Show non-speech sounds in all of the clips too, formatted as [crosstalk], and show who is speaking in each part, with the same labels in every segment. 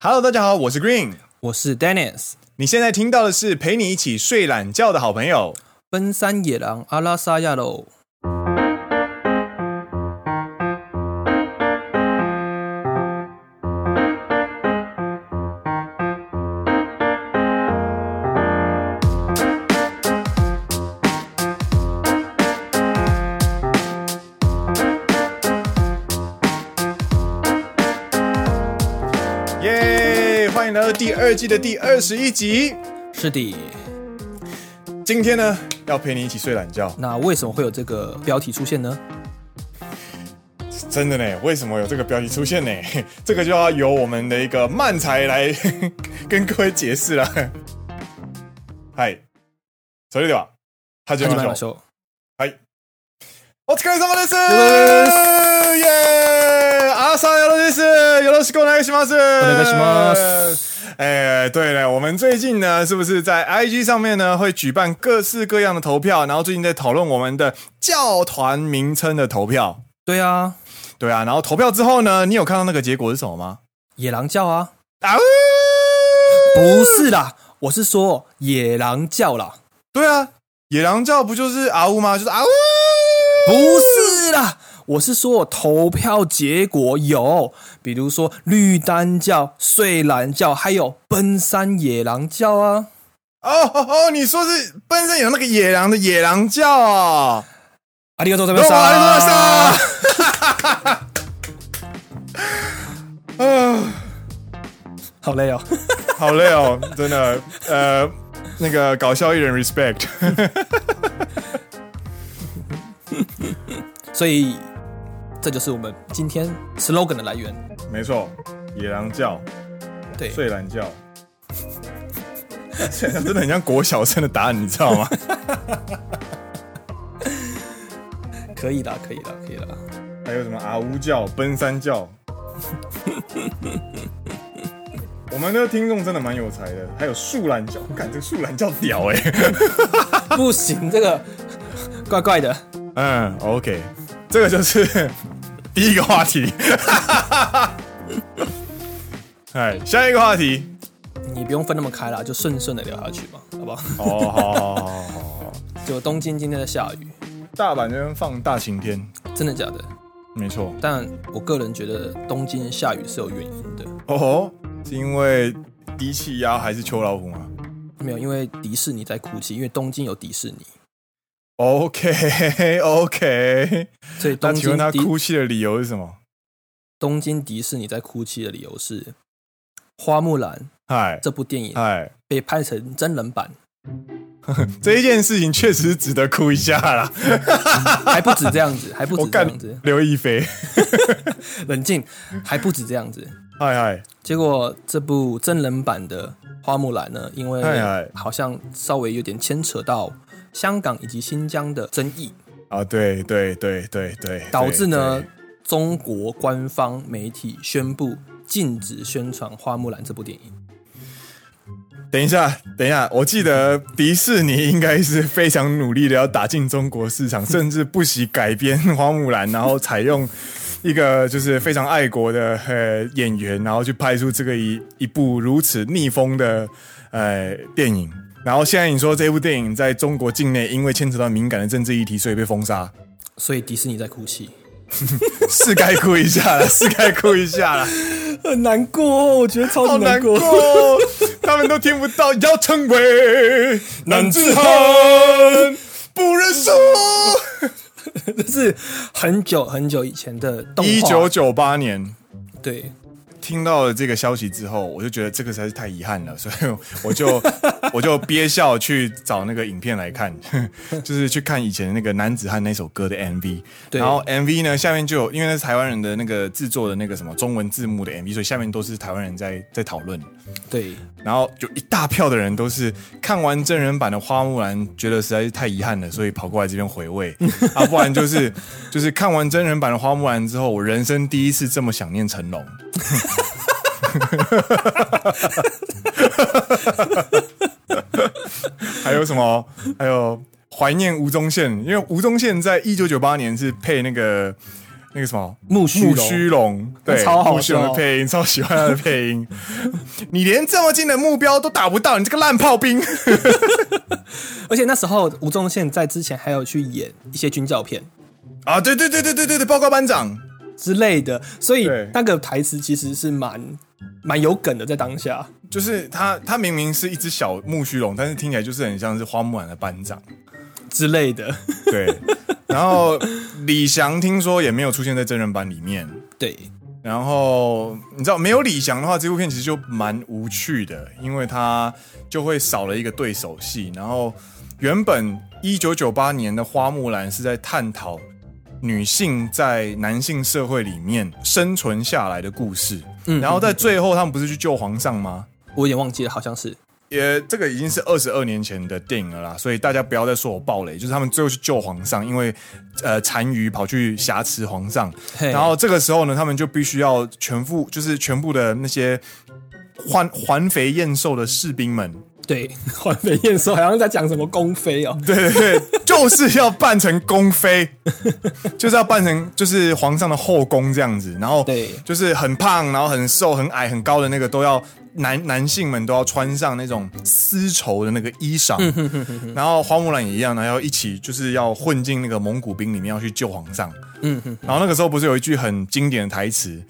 Speaker 1: Hello，大家好，我是 Green。
Speaker 2: 我是 Dennis，
Speaker 1: 你现在听到的是陪你一起睡懒觉的好朋友。
Speaker 2: 奔山野狼阿拉萨亚喽。
Speaker 1: 耶、欢迎来到第二季的第二十一集。
Speaker 2: 是的，
Speaker 1: 今天呢，要陪你一起睡懒觉，
Speaker 2: 那为什么会有这个标题出现呢？
Speaker 1: 真的呢？为什么有这个标题出现呢？ [laughs] 这个就要由我们的一个漫才来 [laughs] 跟各位解释了。嗨，それでは始
Speaker 2: 始
Speaker 1: め
Speaker 2: め
Speaker 1: ましょう
Speaker 2: まし。ょ
Speaker 1: お疲れ様です。
Speaker 2: れ様
Speaker 1: イエーイ朝やろです。よろしくお願いします。お
Speaker 2: 願いします。
Speaker 1: 哎，对了，我们最近呢，是不是在 IG 上面呢会举办各式各样的投票？然后最近在讨论我们的教团名称的投票。
Speaker 2: 对啊，
Speaker 1: 对啊，然后投票之后呢，你有看到那个结果是什么吗？
Speaker 2: 野狼叫啊，
Speaker 1: 啊呜！
Speaker 2: 不是啦，我是说野狼叫啦，
Speaker 1: 对啊，野狼教不就是啊呜吗？就是啊呜。
Speaker 2: 不是啦，我是说投票结果有，比如说绿丹叫、睡懒叫，还有奔山野狼叫啊。
Speaker 1: 哦哦哦，你说是奔山有那个野狼的野狼教啊、
Speaker 2: ありがとうご
Speaker 1: ど
Speaker 2: ざい
Speaker 1: う
Speaker 2: まし
Speaker 1: も
Speaker 2: た。
Speaker 1: ありがとうございま
Speaker 2: [laughs]
Speaker 1: した。
Speaker 2: 好累哦。
Speaker 1: 啊，好累哦，真的。呃，那个搞笑艺人 respect，
Speaker 2: 所以这就是我们今天 slogan 的来源。
Speaker 1: 没错，野狼叫、
Speaker 2: 对，
Speaker 1: 睡懒觉， [laughs] 真的很像国小生的答案，你知道吗？
Speaker 2: 可以的，可以的，可以的。
Speaker 1: 还有什么阿乌叫、奔山叫。我们的听众真的蛮有才的，还有树懒叫，看这个树懒叫屌哎、
Speaker 2: 不行，这个 [laughs] 怪怪的。
Speaker 1: 嗯，OK，这个就是 [laughs] 第一个话题。 [laughs] 哎，下一个话题。
Speaker 2: 你不用分那么开啦，就顺顺的聊下去吧，好不好？ [laughs]
Speaker 1: 哦，好好好好好好。
Speaker 2: 就东京今天在下雨，
Speaker 1: 大阪这边放大晴天，
Speaker 2: 真的假的？
Speaker 1: 没错。
Speaker 2: 但我个人觉得东京下雨是有原因的，
Speaker 1: 哦吼，是因为低气压还是秋老虎吗
Speaker 2: 没有，因为迪士尼在哭泣，因为东京有迪士尼，
Speaker 1: ？OK [laughs] OK，
Speaker 2: 所以
Speaker 1: 那
Speaker 2: 东
Speaker 1: 请问
Speaker 2: 京
Speaker 1: 他
Speaker 2: 迪
Speaker 1: 哭泣的理由是什么？
Speaker 2: 东京迪士尼在哭泣的理由是，《花木兰》
Speaker 1: 嗨
Speaker 2: 这部电影
Speaker 1: 嗨，
Speaker 2: 被拍成真人版，
Speaker 1: 这一件事情确实值得哭一下啦。
Speaker 2: 还不止这样子，还不
Speaker 1: [laughs] 我
Speaker 2: 止这
Speaker 1: 干
Speaker 2: 样子，
Speaker 1: 刘亦菲，
Speaker 2: 冷静，还不止这样子。
Speaker 1: 嗨嗨，
Speaker 2: 结果这部真人版的花木兰呢，因
Speaker 1: 哎哎
Speaker 2: 为好像稍微有点牵扯到香港以及新疆的争议，
Speaker 1: 啊，对对对对对，
Speaker 2: 导致
Speaker 1: 对
Speaker 2: 呢中国官方媒体宣布禁止宣传《花木兰》这部电影。
Speaker 1: 等一下，等一下，我记得迪士尼应该是非常努力的要打进中国市场，甚至不惜改编《花木兰》，然后采用一个就是非常爱国的呃演员，然后去拍出这个一一部如此逆风的呃电影。然后现在你说这部电影在中国境内因为牵扯到敏感的政治议题，所以被封杀， [laughs]
Speaker 2: 所以迪士尼在哭泣，
Speaker 1: 是该哭一下了，是该哭一下了，
Speaker 2: 很难过、哦，我觉得超
Speaker 1: 好难过哦，他们都听不到，要成为男子汉，不认输。
Speaker 2: [laughs] 这是很久很久以前的动画，
Speaker 1: 一九九八年
Speaker 2: 对，
Speaker 1: 听到了这个消息之后，我就觉得这个实在是太遗憾了，所以我就 [laughs] 我就憋笑去找那个影片来看， [laughs] 就是去看以前那个男子汉那首歌的 MV。
Speaker 2: 对
Speaker 1: 然后 MV 呢下面就有，因为那是台湾人的那个制作的那个什么中文字幕的 MV，所以下面都是台湾人在在讨论。
Speaker 2: 对，
Speaker 1: 然后有一大票的人都是看完真人版的花木兰，觉得实在是太遗憾了，所以跑过来这边回
Speaker 2: [laughs]
Speaker 1: 味。啊，不然就是就是看完真人版的花木兰之后，我人生第一次这么想念成
Speaker 2: [laughs]
Speaker 1: 龙。还有什么？还有怀念吴宗宪，因为吴宗宪在一九九八年是配那个那个什么
Speaker 2: 木须
Speaker 1: 木
Speaker 2: 龙
Speaker 1: 须龙，对，
Speaker 2: 超好
Speaker 1: 木须龙的
Speaker 2: 笑
Speaker 1: 配音，超喜欢他的配音。 [laughs] 你连这么近的目标都打不到，你这个烂炮兵！ [laughs]
Speaker 2: 而且那时候吴宗宪在之前还有去演一些军教片
Speaker 1: 啊，对对对对对对对，报告班长，
Speaker 2: 之类的，所以
Speaker 1: 对
Speaker 2: 那个台词其实是蛮蛮有梗的，在当下。
Speaker 1: 就是他，他明明是一只小木须龙，但是听起来就是很像是花木兰的班长。
Speaker 2: 之类的， [laughs]
Speaker 1: 对，然后李翔听说也没有出现在真人版里面。
Speaker 2: 对，
Speaker 1: 然后你知道没有李翔的话，这部片其实就蛮无趣的，因为他就会少了一个对手戏。然后原本一九九八年的《花木兰》是在探讨女性在男性社会里面生存下来的故事。
Speaker 2: 嗯
Speaker 1: 然后在最后他们不是去救皇上吗？
Speaker 2: 我有点忘记了，好像是
Speaker 1: 也这个已经是二十二年前的电影了啦，所以大家不要再说我暴雷。就是他们最后去救皇上，因为呃单于跑去挟持皇上，
Speaker 2: 嘿
Speaker 1: 然后这个时候呢，他们就必须要全部就是全部的那些环环肥燕瘦的士兵们，
Speaker 2: 对，环肥燕瘦，好像在讲什么公妃哦，
Speaker 1: 对对对，就是要扮成宫妃， [laughs] 就是要扮成就是皇上的后宫这样子，然后
Speaker 2: 对
Speaker 1: 就是很胖，然后很瘦、很矮、很高的那个都要男男性们都要穿上那种丝绸的那个衣裳，然后花木兰也一样，然后要一起就是要混进那个蒙古兵里面要去救皇上，
Speaker 2: 嗯哼，
Speaker 1: 然后那个时候不是有一句很经典的台词：“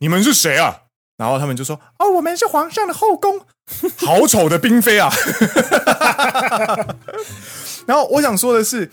Speaker 1: 你们是谁啊？”然后他们就说：“哦，我们是皇上的后宫。” [laughs] 好丑的嫔妃啊！ [laughs] 然后我想说的是，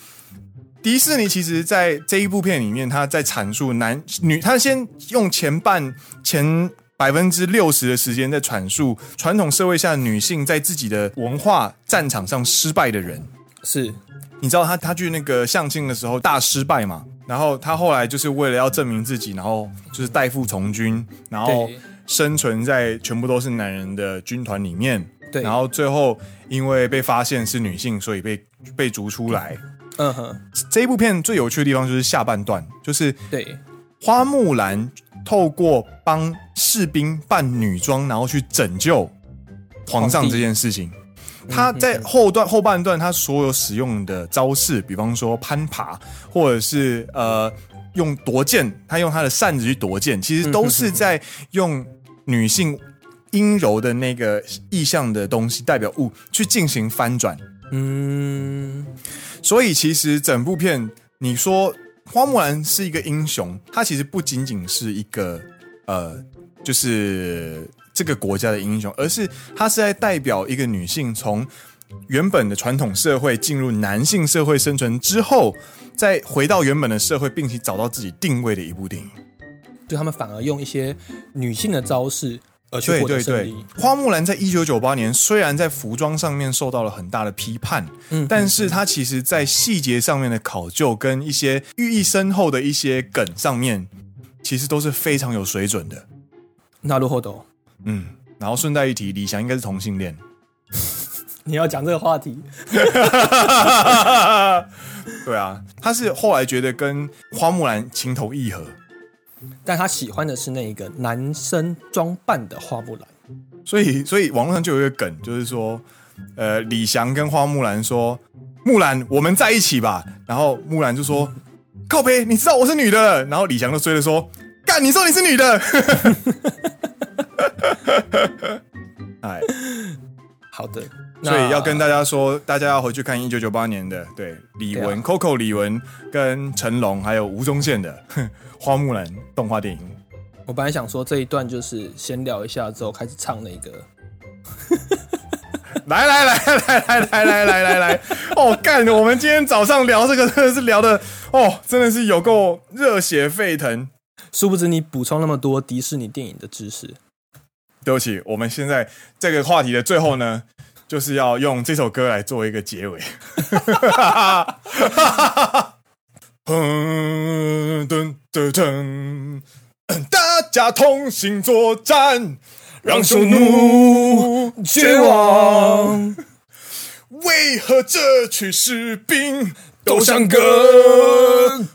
Speaker 1: 迪士尼其实在这一部片里面，他在阐述男女，他先用前半前百分之六十的时间在阐述传统社会下女性在自己的文化战场上失败的人。
Speaker 2: 是
Speaker 1: 你知道他他去那个相亲的时候大失败嘛？然后他后来就是为了要证明自己，然后就是代父从军，然后
Speaker 2: 对
Speaker 1: 生存在全部都是男人的军团里面。
Speaker 2: 对
Speaker 1: 然后最后因为被发现是女性，所以被被逐出来。
Speaker 2: 嗯哼，
Speaker 1: 这一部片最有趣的地方就是下半段，就是
Speaker 2: 对，
Speaker 1: 花木兰透过帮士兵扮女装，然后去拯救皇上这件事情。他在后段后半段，他所有使用的招式，比方说攀爬，或者是呃用夺剑，他用他的扇子去夺剑，其实都是在用女性阴柔的那个意象的东西代表物去进行翻转。
Speaker 2: 嗯，
Speaker 1: 所以其实整部片，你说花木兰是一个英雄，她其实不仅仅是一个呃，就是这个国家的英雄，而是她是在代表一个女性从原本的传统社会进入男性社会生存之后，再回到原本的社会，并且找到自己定位的一部电影。
Speaker 2: 就他们反而用一些女性的招式而去
Speaker 1: 对
Speaker 2: 获得
Speaker 1: 对
Speaker 2: 胜
Speaker 1: 对
Speaker 2: 利，，
Speaker 1: 花木兰在一九九八年虽然在服装上面受到了很大的批判，
Speaker 2: 嗯
Speaker 1: 但是它其实在细节上面的考究跟一些寓意深厚的一些梗上面，其实都是非常有水准的。
Speaker 2: 那路后斗，
Speaker 1: 嗯，然后顺带一提，李翔应该是同性恋。
Speaker 2: [laughs]
Speaker 1: [laughs]
Speaker 2: 你要讲这个话题，
Speaker 1: 对啊，他是后来觉得跟花木兰情投意合，
Speaker 2: 但他喜欢的是那一个男生装扮的花木兰，
Speaker 1: 所以所以网络上就有一个梗，就是说，呃，李翔跟花木兰说：“木兰，我们在一起吧。”然后木兰就说：“靠背，你知道我是女的了。”然后李翔就追着说：“干，你说你是女的？”哎，
Speaker 2: 好的，那
Speaker 1: 所以要跟大家说，大家要回去看一九九八年的，对，李玟、Coco 李玟跟成龙还有吴宗宪的哼《花木兰》动画电影。
Speaker 2: 我本来想说这一段就是先聊一下之后开始唱那个，
Speaker 1: 来来来来来来来来来来，哦，干！我们今天早上聊这个真的是聊的，哦，真的是有够热血沸腾。
Speaker 2: 殊不知你补充那么多迪士尼电影的知识，
Speaker 1: 对不起，我们现在这个话题的最后呢，就是要用这首歌来做一个结尾。哼噔噔噔，大家同心作战，让匈奴绝望。为何这群士兵都像个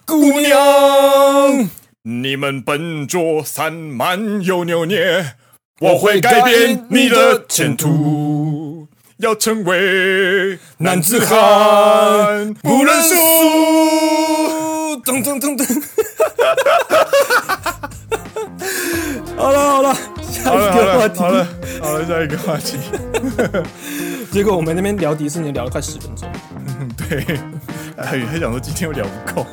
Speaker 2: 姑
Speaker 1: 娘？你们笨拙、散漫又扭捏，我会改变你的前途。要成为男子汉，不认输。
Speaker 2: 噔噔噔噔。 [laughs] 好了好了，下
Speaker 1: 好
Speaker 2: 一
Speaker 1: 了好
Speaker 2: 个话
Speaker 1: 了
Speaker 2: 题。
Speaker 1: 好了好了，下一个话题。
Speaker 2: 结果我们那边聊迪士尼聊了快十分钟， [laughs]
Speaker 1: 对，还还想说今天又聊不够。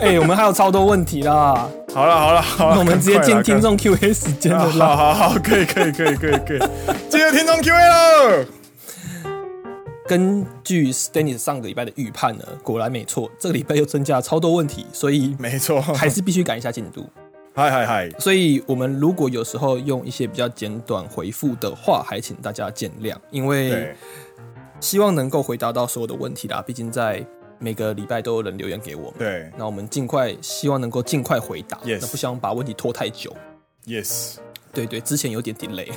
Speaker 2: 哎、我们还有超多问题啦，
Speaker 1: 好了好了好了，
Speaker 2: 那我们直接
Speaker 1: 赶快
Speaker 2: 进
Speaker 1: 啦
Speaker 2: 听。众 Q&A 时间
Speaker 1: 赶
Speaker 2: 了
Speaker 1: 快
Speaker 2: 啦。
Speaker 1: 好好好，可以可以可以可以可以，进入听众 Q&A 喽。
Speaker 2: 根据 Stanley 上个礼拜的预判呢，果然没错，这个礼拜又增加了超多问题，所以
Speaker 1: 没错，
Speaker 2: 还
Speaker 1: 嗨
Speaker 2: 是必须赶一下进度。
Speaker 1: 嗨嗨，
Speaker 2: 所以我们如果有时候用一些比较简短回复的话，还请大家见谅，因为
Speaker 1: 对，
Speaker 2: 希望能够回答到所有的问题啦。毕竟在每个礼拜都有人留言给我们，
Speaker 1: 对
Speaker 2: 那我们尽快希望能够尽快回答
Speaker 1: Yes
Speaker 2: 那不希望把问题拖太久。
Speaker 1: ，yes，
Speaker 2: 对对，之前有点 delay。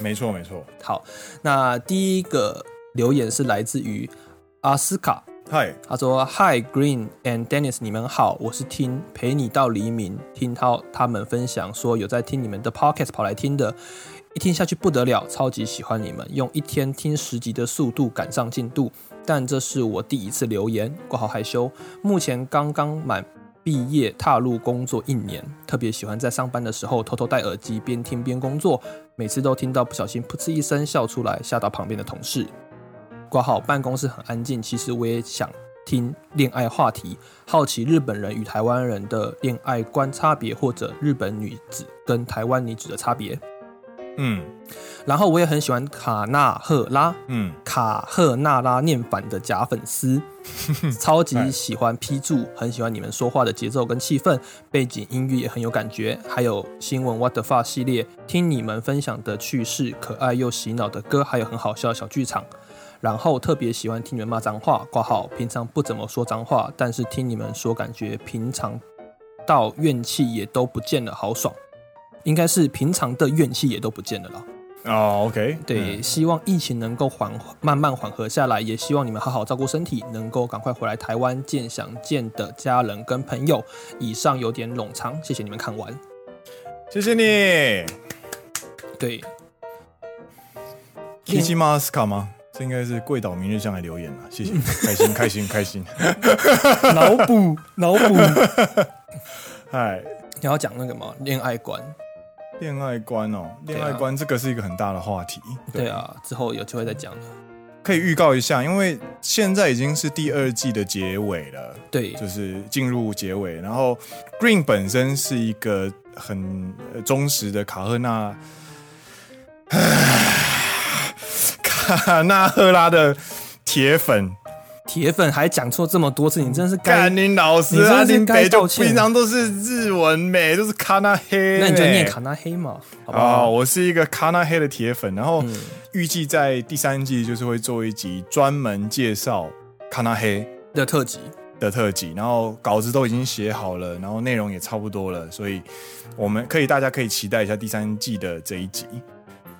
Speaker 1: 没错没错，
Speaker 2: 好，那第一个留言是来自于阿斯卡，
Speaker 1: 嗨，
Speaker 2: 他说：“Hi Green and Dennis，你们好，我是听陪你到黎明，听到他们分享说有在听你们的 podcast 跑来听的，一听下去不得了，超级喜欢你们，用一天听十集的速度赶上进度。但这是我第一次留言，我好害羞。目前刚刚满毕业，踏入工作一年，特别喜欢在上班的时候偷偷戴耳机，边听边工作，每次都听到不小心噗嗤一声笑出来，吓到旁边的同事。”挂号办公室很安静，其实我也想听恋爱话题，好奇日本人与台湾人的恋爱观差别，或者日本女子跟台湾女子的差别。
Speaker 1: 嗯
Speaker 2: 然后我也很喜欢卡纳赫拉。
Speaker 1: 嗯，
Speaker 2: 卡赫纳拉念反的假粉丝，超级喜欢批注，很喜欢你们说话的节奏跟气氛，背景音乐也很有感觉，还有新闻 What the fuck 系列，听你们分享的趣事，可爱又洗脑的歌，还有很好笑的小剧场。然后特别喜欢听你们骂脏话，挂号平常不怎么说脏话，但是听你们说，感觉平常到怨气也都不见了，好爽。应该是平常的怨气也都不见了啦。
Speaker 1: 哦，OK，
Speaker 2: 对，希望疫情能够缓慢慢缓和下来，也希望你们好好照顾身体，能够赶快回来台湾见想见的家人跟朋友。以上有点冗长，谢谢你们看完。
Speaker 1: 谢谢你
Speaker 2: 对，
Speaker 1: ，Kitty Maska 吗？这应该是贵岛明日香来留言啊了，谢
Speaker 2: 嗯
Speaker 1: 谢，开心开心开
Speaker 2: [laughs]
Speaker 1: 心，
Speaker 2: 脑 [laughs] 补脑补，
Speaker 1: 嗨，
Speaker 2: 你要讲那个吗？恋爱观。
Speaker 1: 恋爱观哦，
Speaker 2: 对啊
Speaker 1: 恋爱观这个是一个很大的话题，
Speaker 2: 对，啊，之后有机会再讲。
Speaker 1: 可以预告一下，因为现在已经是第二季的结尾了。
Speaker 2: 对，
Speaker 1: 就是进入结尾。然后 Green 本身是一个很呃忠实的卡赫纳， [sighs] 卡纳赫拉的铁粉。
Speaker 2: 铁粉还讲错这么多次，你真的是该
Speaker 1: 干，你老师
Speaker 2: 你真
Speaker 1: 啊，
Speaker 2: 的是
Speaker 1: 林
Speaker 2: 该
Speaker 1: 北就
Speaker 2: 道歉
Speaker 1: 平常都是日文美，都是卡纳黑。
Speaker 2: 那你就念卡纳黑嘛，好嗯不
Speaker 1: 啊、
Speaker 2: 好？
Speaker 1: 我是一个卡纳黑的铁粉，然后预计在第三季就是会做一集专门介绍卡纳黑。
Speaker 2: 的特辑，
Speaker 1: 的特辑，然后稿子都已经写好了，然后内容也差不多了，所以我们可以大家可以期待一下第三季的这一集。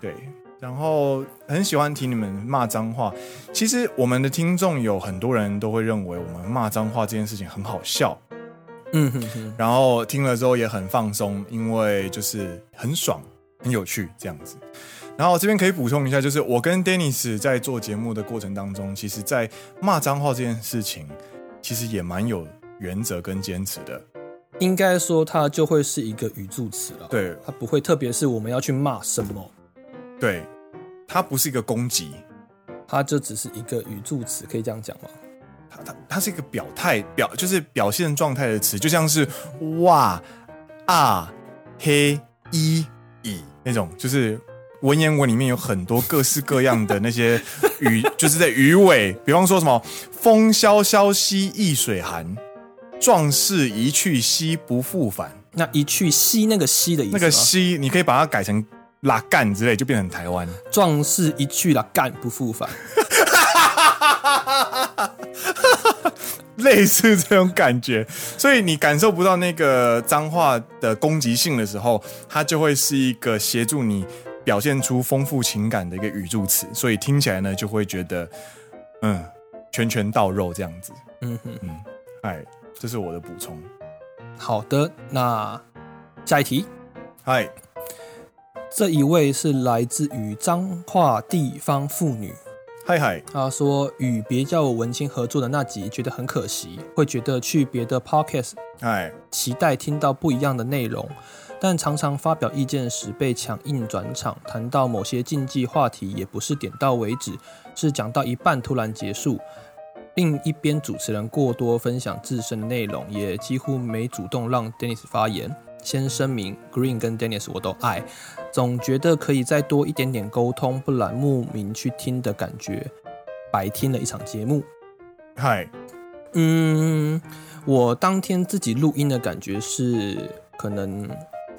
Speaker 1: 对，然后很喜欢听你们骂脏话。其实我们的听众有很多人都会认为我们骂脏话这件事情很好笑，
Speaker 2: 嗯哼哼，
Speaker 1: 然后听了之后也很放松，因为就是很爽、很有趣这样子。然后这边可以补充一下，就是我跟 Dennis 在做节目的过程当中，其实在骂脏话这件事情，其实也蛮有原则跟坚持的。
Speaker 2: 应该说它就会是一个语助词了。，
Speaker 1: 对
Speaker 2: 它不会特别是我们要去骂什么。
Speaker 1: 对，它不是一个攻击，
Speaker 2: 它就只是一个语助词，可以这样讲吗？
Speaker 1: 它它它是一个表态表，就是表现状态的词，就像是哇啊嘿一以那种，就是文言文里面有很多各式各样的那些语， [laughs] 就是在鱼尾，比方说什么风萧萧兮易水寒，壮士一去兮不复返。
Speaker 2: 那一去西那个西的意思吗，
Speaker 1: 那个兮，你可以把它改成拉干之类，就变成台湾。
Speaker 2: 壮士一去了，干不复返。
Speaker 1: [laughs] 类似这种感觉，所以你感受不到那个脏话的攻击性的时候，它就会是一个协助你表现出丰富情感的一个语助词，所以听起来呢就会觉得，嗯，拳拳到肉这样子。
Speaker 2: 嗯哼，
Speaker 1: 哎，这是我的补充。
Speaker 2: 好的，那下一题，
Speaker 1: 嗨，
Speaker 2: 这一位是来自于彰化地方妇女，
Speaker 1: 嗨嗨，
Speaker 2: 他说与别叫我文青合作的那集觉得很可惜，会觉得去别的 podcast
Speaker 1: 嗨，
Speaker 2: 期待听到不一样的内容，但常常发表意见时被强硬转场，谈到某些禁忌话题也不是点到为止，是讲到一半突然结束。另一边主持人过多分享自身的内容，也几乎没主动让 Dennis 发言。先声明，Green 跟 Dennis 我都爱，总觉得可以再多一点点沟通，不然慕名去听的感觉，白听了一场节目。
Speaker 1: 嗨，
Speaker 2: 嗯，我当天自己录音的感觉是，可能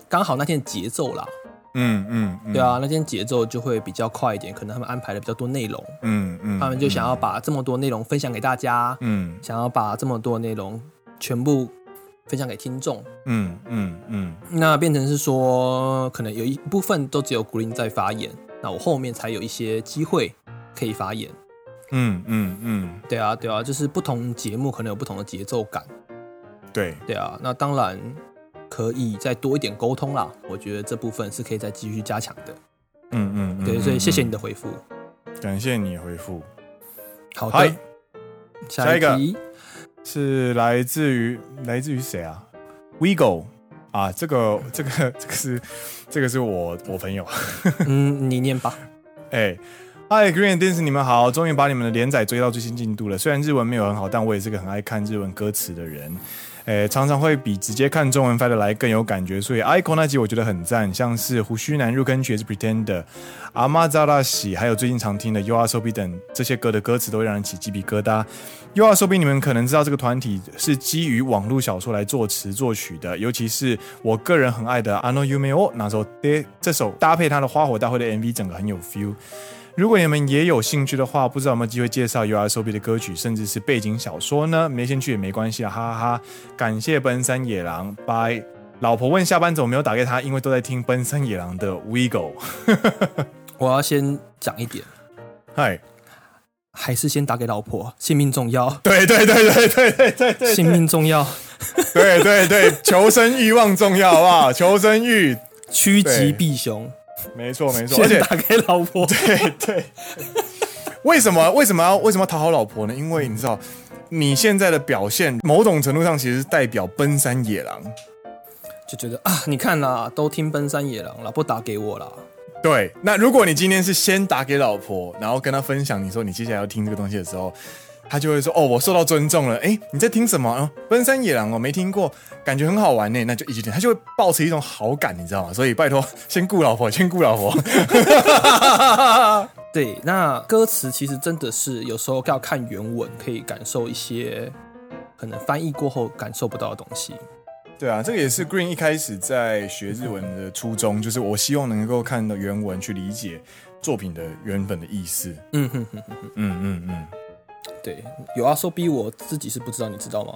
Speaker 2: 刚好那天节奏啦，
Speaker 1: 嗯嗯，嗯
Speaker 2: 对，啊，那天节奏就会比较快一点，可能他们安排了比较多内容，
Speaker 1: 嗯嗯，
Speaker 2: 他们就想要把这么多内容分享给大家，
Speaker 1: 嗯，
Speaker 2: 想要把这么多内容全部分享给听众，
Speaker 1: 嗯嗯嗯
Speaker 2: 那变成是说，可能有一部分都只有 Green 在发言，那我后面才有一些机会可以发言。
Speaker 1: 嗯嗯嗯
Speaker 2: 对啊，对啊，就是不同节目可能有不同的节奏感。
Speaker 1: 嗯，对，
Speaker 2: 对啊，那当然可以再多一点沟通啦。我觉得这部分是可以再继续加强的。
Speaker 1: 嗯嗯，嗯
Speaker 2: 对，所以谢谢你
Speaker 1: 的，
Speaker 2: 的回复。
Speaker 1: 感谢你回复，
Speaker 2: 好
Speaker 1: 嗨
Speaker 2: 的，下一
Speaker 1: 下一
Speaker 2: 题
Speaker 1: 是来自于来自于谁啊？WeGo 啊，这个这个这个是这个是我我朋友，
Speaker 2: 嗯，你念吧。
Speaker 1: 哎、嗨 g r e e n d i s 你们好，终于把你们的连载追到最新进度了。虽然日文没有很好，但我也是个很爱看日文歌词的人。诶、常常会比直接看中文翻的来更有感觉，所以 Icon 那集我觉得很赞，像是胡须男入坑曲也是 Pretender、阿妈扎拉喜，还有最近常听的 U R So B 等这些歌的歌词都会让人起鸡皮疙瘩。U R So B 你们可能知道这个团体是基于网络小说来作词作曲的，尤其是我个人很爱的 Ano Yumeo 那首这首搭配他的花火大会的 MV，整个很有 feel。如果你们也有兴趣的话，不知道有没有机会介绍 U.S.O.B 的歌曲，甚至是背景小说呢？没兴趣也没关系啊，哈哈哈！感谢奔山野狼，拜。老婆问下班怎么没有打给他，因为都在听奔山野狼的 WeGo。
Speaker 2: [laughs] 我要先讲一点，
Speaker 1: 嗨，
Speaker 2: 还是先打给老婆，性命重 [laughs] 要，
Speaker 1: 对对对对对对对对
Speaker 2: 性命重要，
Speaker 1: 对对对，求生欲望重要，好不好？求生欲，
Speaker 2: 趋吉
Speaker 1: 对
Speaker 2: 避凶。
Speaker 1: 没错没错，而且
Speaker 2: 先打给老婆。
Speaker 1: 对对。为什么为什么要为什么要讨好老婆呢？因为你知道，你现在的表现，某种程度上其实是代表奔山野狼。
Speaker 2: [laughs] 就觉得啊，你看啦，都听奔山野狼啦，不打给我啦。
Speaker 1: 对，那如果你今天是先打给老婆，然后跟她分享你说你接下来要听这个东西的时候，她就会说：“哦，我受到尊重了。”哎，你在听什么？哦，奔山野狼哦，没听过，感觉很好玩呢，那就一起听。她就会抱持一种好感，你知道吗？所以拜托，先顾老婆，先顾老婆。 [laughs]
Speaker 2: 对，那歌词其实真的是有时候要看原文，可以感受一些可能翻译过后感受不到的东西。
Speaker 1: 对啊，这个也是 Green 一开始在学日文的初衷，就是我希望能够看到原文去理解作品的原本的意思。
Speaker 2: 嗯哼哼，
Speaker 1: 嗯嗯
Speaker 2: 对，有阿说逼我自己是不知道，你知道吗？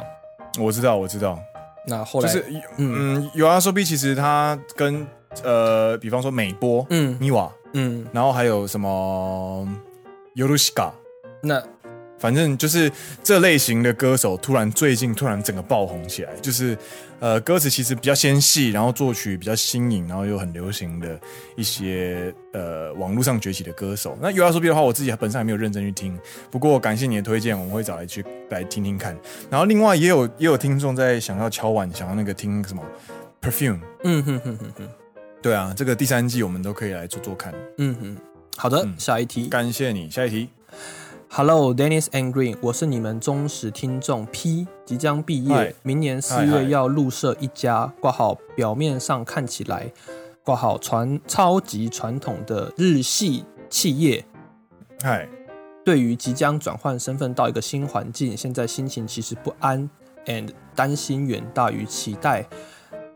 Speaker 1: 嗯，我知道，我知道。
Speaker 2: 那后
Speaker 1: 就
Speaker 2: 来，
Speaker 1: 是嗯，有啊，说 B 其实它跟呃，比方说美波、
Speaker 2: 嗯
Speaker 1: 尼瓦，
Speaker 2: 嗯，
Speaker 1: 然后还有什么尤鲁西卡，
Speaker 2: 那
Speaker 1: 反正就是这类型的歌手，突然最近突然整个爆红起来，就是呃，歌词其实比较纤细，然后作曲比较新颖，然后又很流行的一些呃网络上崛起的歌手。那 U R 说 B 的话，我自己本身还没有认真去听，不过感谢你的推荐，我们会找来去来听听看。然后另外也有也有听众在想要敲碗，想要那个听什么 Perfume，
Speaker 2: 嗯哼哼哼哼，
Speaker 1: 对啊，这个第三季我们都可以来做做看。
Speaker 2: 嗯哼。好的，
Speaker 1: 嗯
Speaker 2: 下一题。
Speaker 1: 感谢你，下一题。
Speaker 2: Hello, Dennis and Green，我是你们忠实听众 P，即将毕
Speaker 1: 嗨
Speaker 2: 业，明年四
Speaker 1: 嗨嗨
Speaker 2: 月要入社一家挂号，表面上看起来挂号传超级传统的日系企业，
Speaker 1: 嗨，
Speaker 2: 对于即将转换身份到一个新环境，现在心情其实不安，and 担心远大于期待，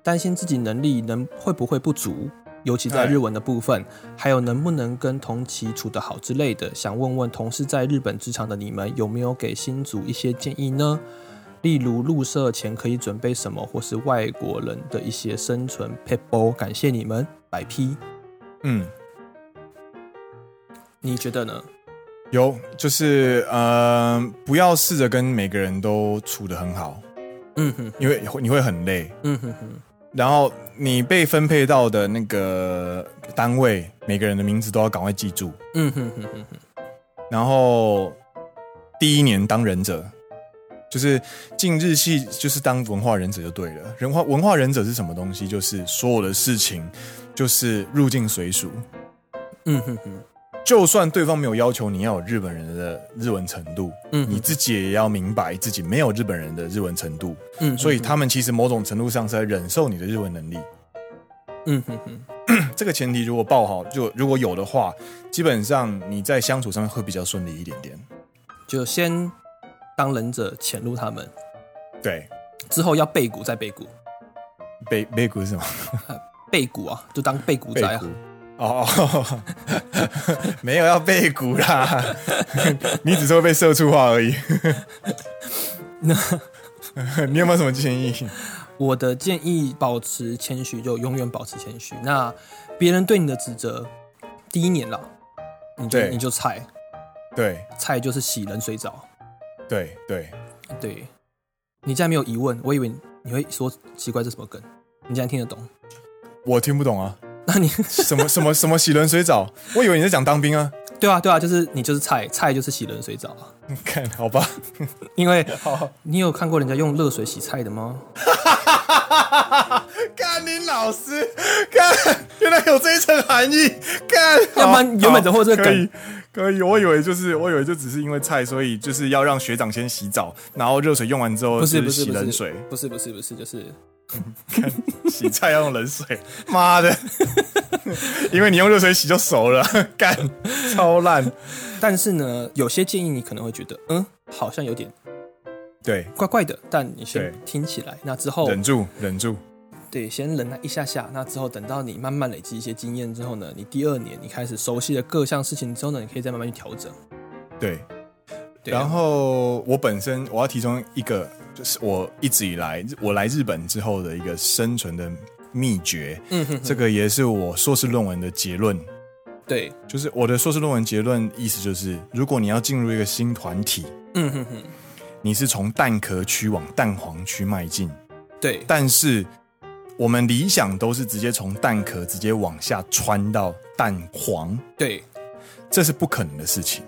Speaker 2: 担心自己能力能会不会不足，尤其在
Speaker 1: 哎
Speaker 2: 日文的部分，还有能不能跟同期处得好之类的。想问问同事在日本职场的你们，有没有给新组一些建议呢？例如入社前可以准备什么，或是外国人的一些生存 p e p l 感谢你们，白 P，
Speaker 1: 嗯。
Speaker 2: 你觉得呢？
Speaker 1: 有，就是呃，不要试着跟每个人都处得很好，
Speaker 2: 嗯哼，
Speaker 1: 因为你会很累。
Speaker 2: 嗯哼哼，
Speaker 1: 然后你被分配到的
Speaker 2: 嗯
Speaker 1: 那个单位，每个人的名字都要赶快记住。
Speaker 2: 嗯哼哼哼哼，
Speaker 1: 然后第一年当忍者，就是进日系，就是当文化忍者就对了。文化文化忍者是什么东西？就是所有的事情就是入境随俗，
Speaker 2: 嗯哼哼，
Speaker 1: 就算对方没有要求你要有日本人的日文程度，
Speaker 2: 嗯
Speaker 1: 你自己也要明白自己没有日本人的日文程度，
Speaker 2: 嗯，
Speaker 1: 所以他们其实某种程度上是在忍受你的日文能力。
Speaker 2: 嗯哼哼，
Speaker 1: 这个前提如果报好，就如果有的话，基本上你在相处上面会比较顺利一点点。
Speaker 2: 就先当忍者潜入他们，
Speaker 1: 对，
Speaker 2: 之后要背骨再背骨，
Speaker 1: 背背骨是什么？
Speaker 2: 背骨啊，就当背骨
Speaker 1: 背
Speaker 2: 仔啊
Speaker 1: 骨。。哦， [laughs] 哦没有要背骨啦， [laughs] 你只是会被社畜化而已。 [laughs] 你有没有什么建议？
Speaker 2: 我的建议保持谦虚，就永远保持谦虚。那别人对你的指责，第一年啦，你就
Speaker 1: 对
Speaker 2: 你就菜
Speaker 1: 对
Speaker 2: 菜就是洗冷水澡。
Speaker 1: 对对，
Speaker 2: 对，你竟然没有疑问，我以为你会说奇怪这什么梗，你竟然听得懂？ [laughs]
Speaker 1: 我听不懂啊，
Speaker 2: 那你
Speaker 1: 什么什么什么洗冷水澡？我以为你在讲当兵啊。
Speaker 2: 对啊对啊，就是你就是菜菜就是洗冷水澡啊，
Speaker 1: 看好吧，
Speaker 2: 因为
Speaker 1: 好，
Speaker 2: 你有看过人家用热水洗菜的吗？
Speaker 1: 干你老师，干原来有这一层含义，干，
Speaker 2: 要不然
Speaker 1: 好
Speaker 2: 原本怎么会有这个
Speaker 1: 好可
Speaker 2: 梗
Speaker 1: 以可以，我以为就是我以为就只是因为菜，所以就是要让学长先洗澡，然后热水用完之后
Speaker 2: 不是
Speaker 1: 就
Speaker 2: 不是
Speaker 1: 洗
Speaker 2: 不是
Speaker 1: 冷水， [laughs]
Speaker 2: 不是不是不是，就是
Speaker 1: 洗菜要用冷水，妈的， [laughs] 因为你用热水洗就熟了，干超烂，
Speaker 2: 但是呢，有些建议你可能会觉得，嗯，好像有点
Speaker 1: 对，
Speaker 2: 怪怪的，但你先
Speaker 1: 对
Speaker 2: 听起来，那之后
Speaker 1: 忍住忍住，
Speaker 2: 对，先忍耐一下下，那之后等到你慢慢累积一些经验之后呢，你第二年你开始熟悉了各项事情之后呢，你可以再慢慢去调整。
Speaker 1: 对，
Speaker 2: 对啊
Speaker 1: 然后我本身我要提供一个，就是我一直以来我来日本之后的一个生存的秘诀，
Speaker 2: 嗯哼哼，
Speaker 1: 这个也是我硕士论文的结论。
Speaker 2: 对，
Speaker 1: 就是我的硕士论文结论意思就是，如果你要进入一个新团体，
Speaker 2: 嗯哼哼，
Speaker 1: 你是从蛋壳区往蛋黄区迈进，
Speaker 2: 对，
Speaker 1: 但是我们理想都是直接从蛋壳直接往下穿到蛋黄，
Speaker 2: 对，
Speaker 1: 这是不可能的事情。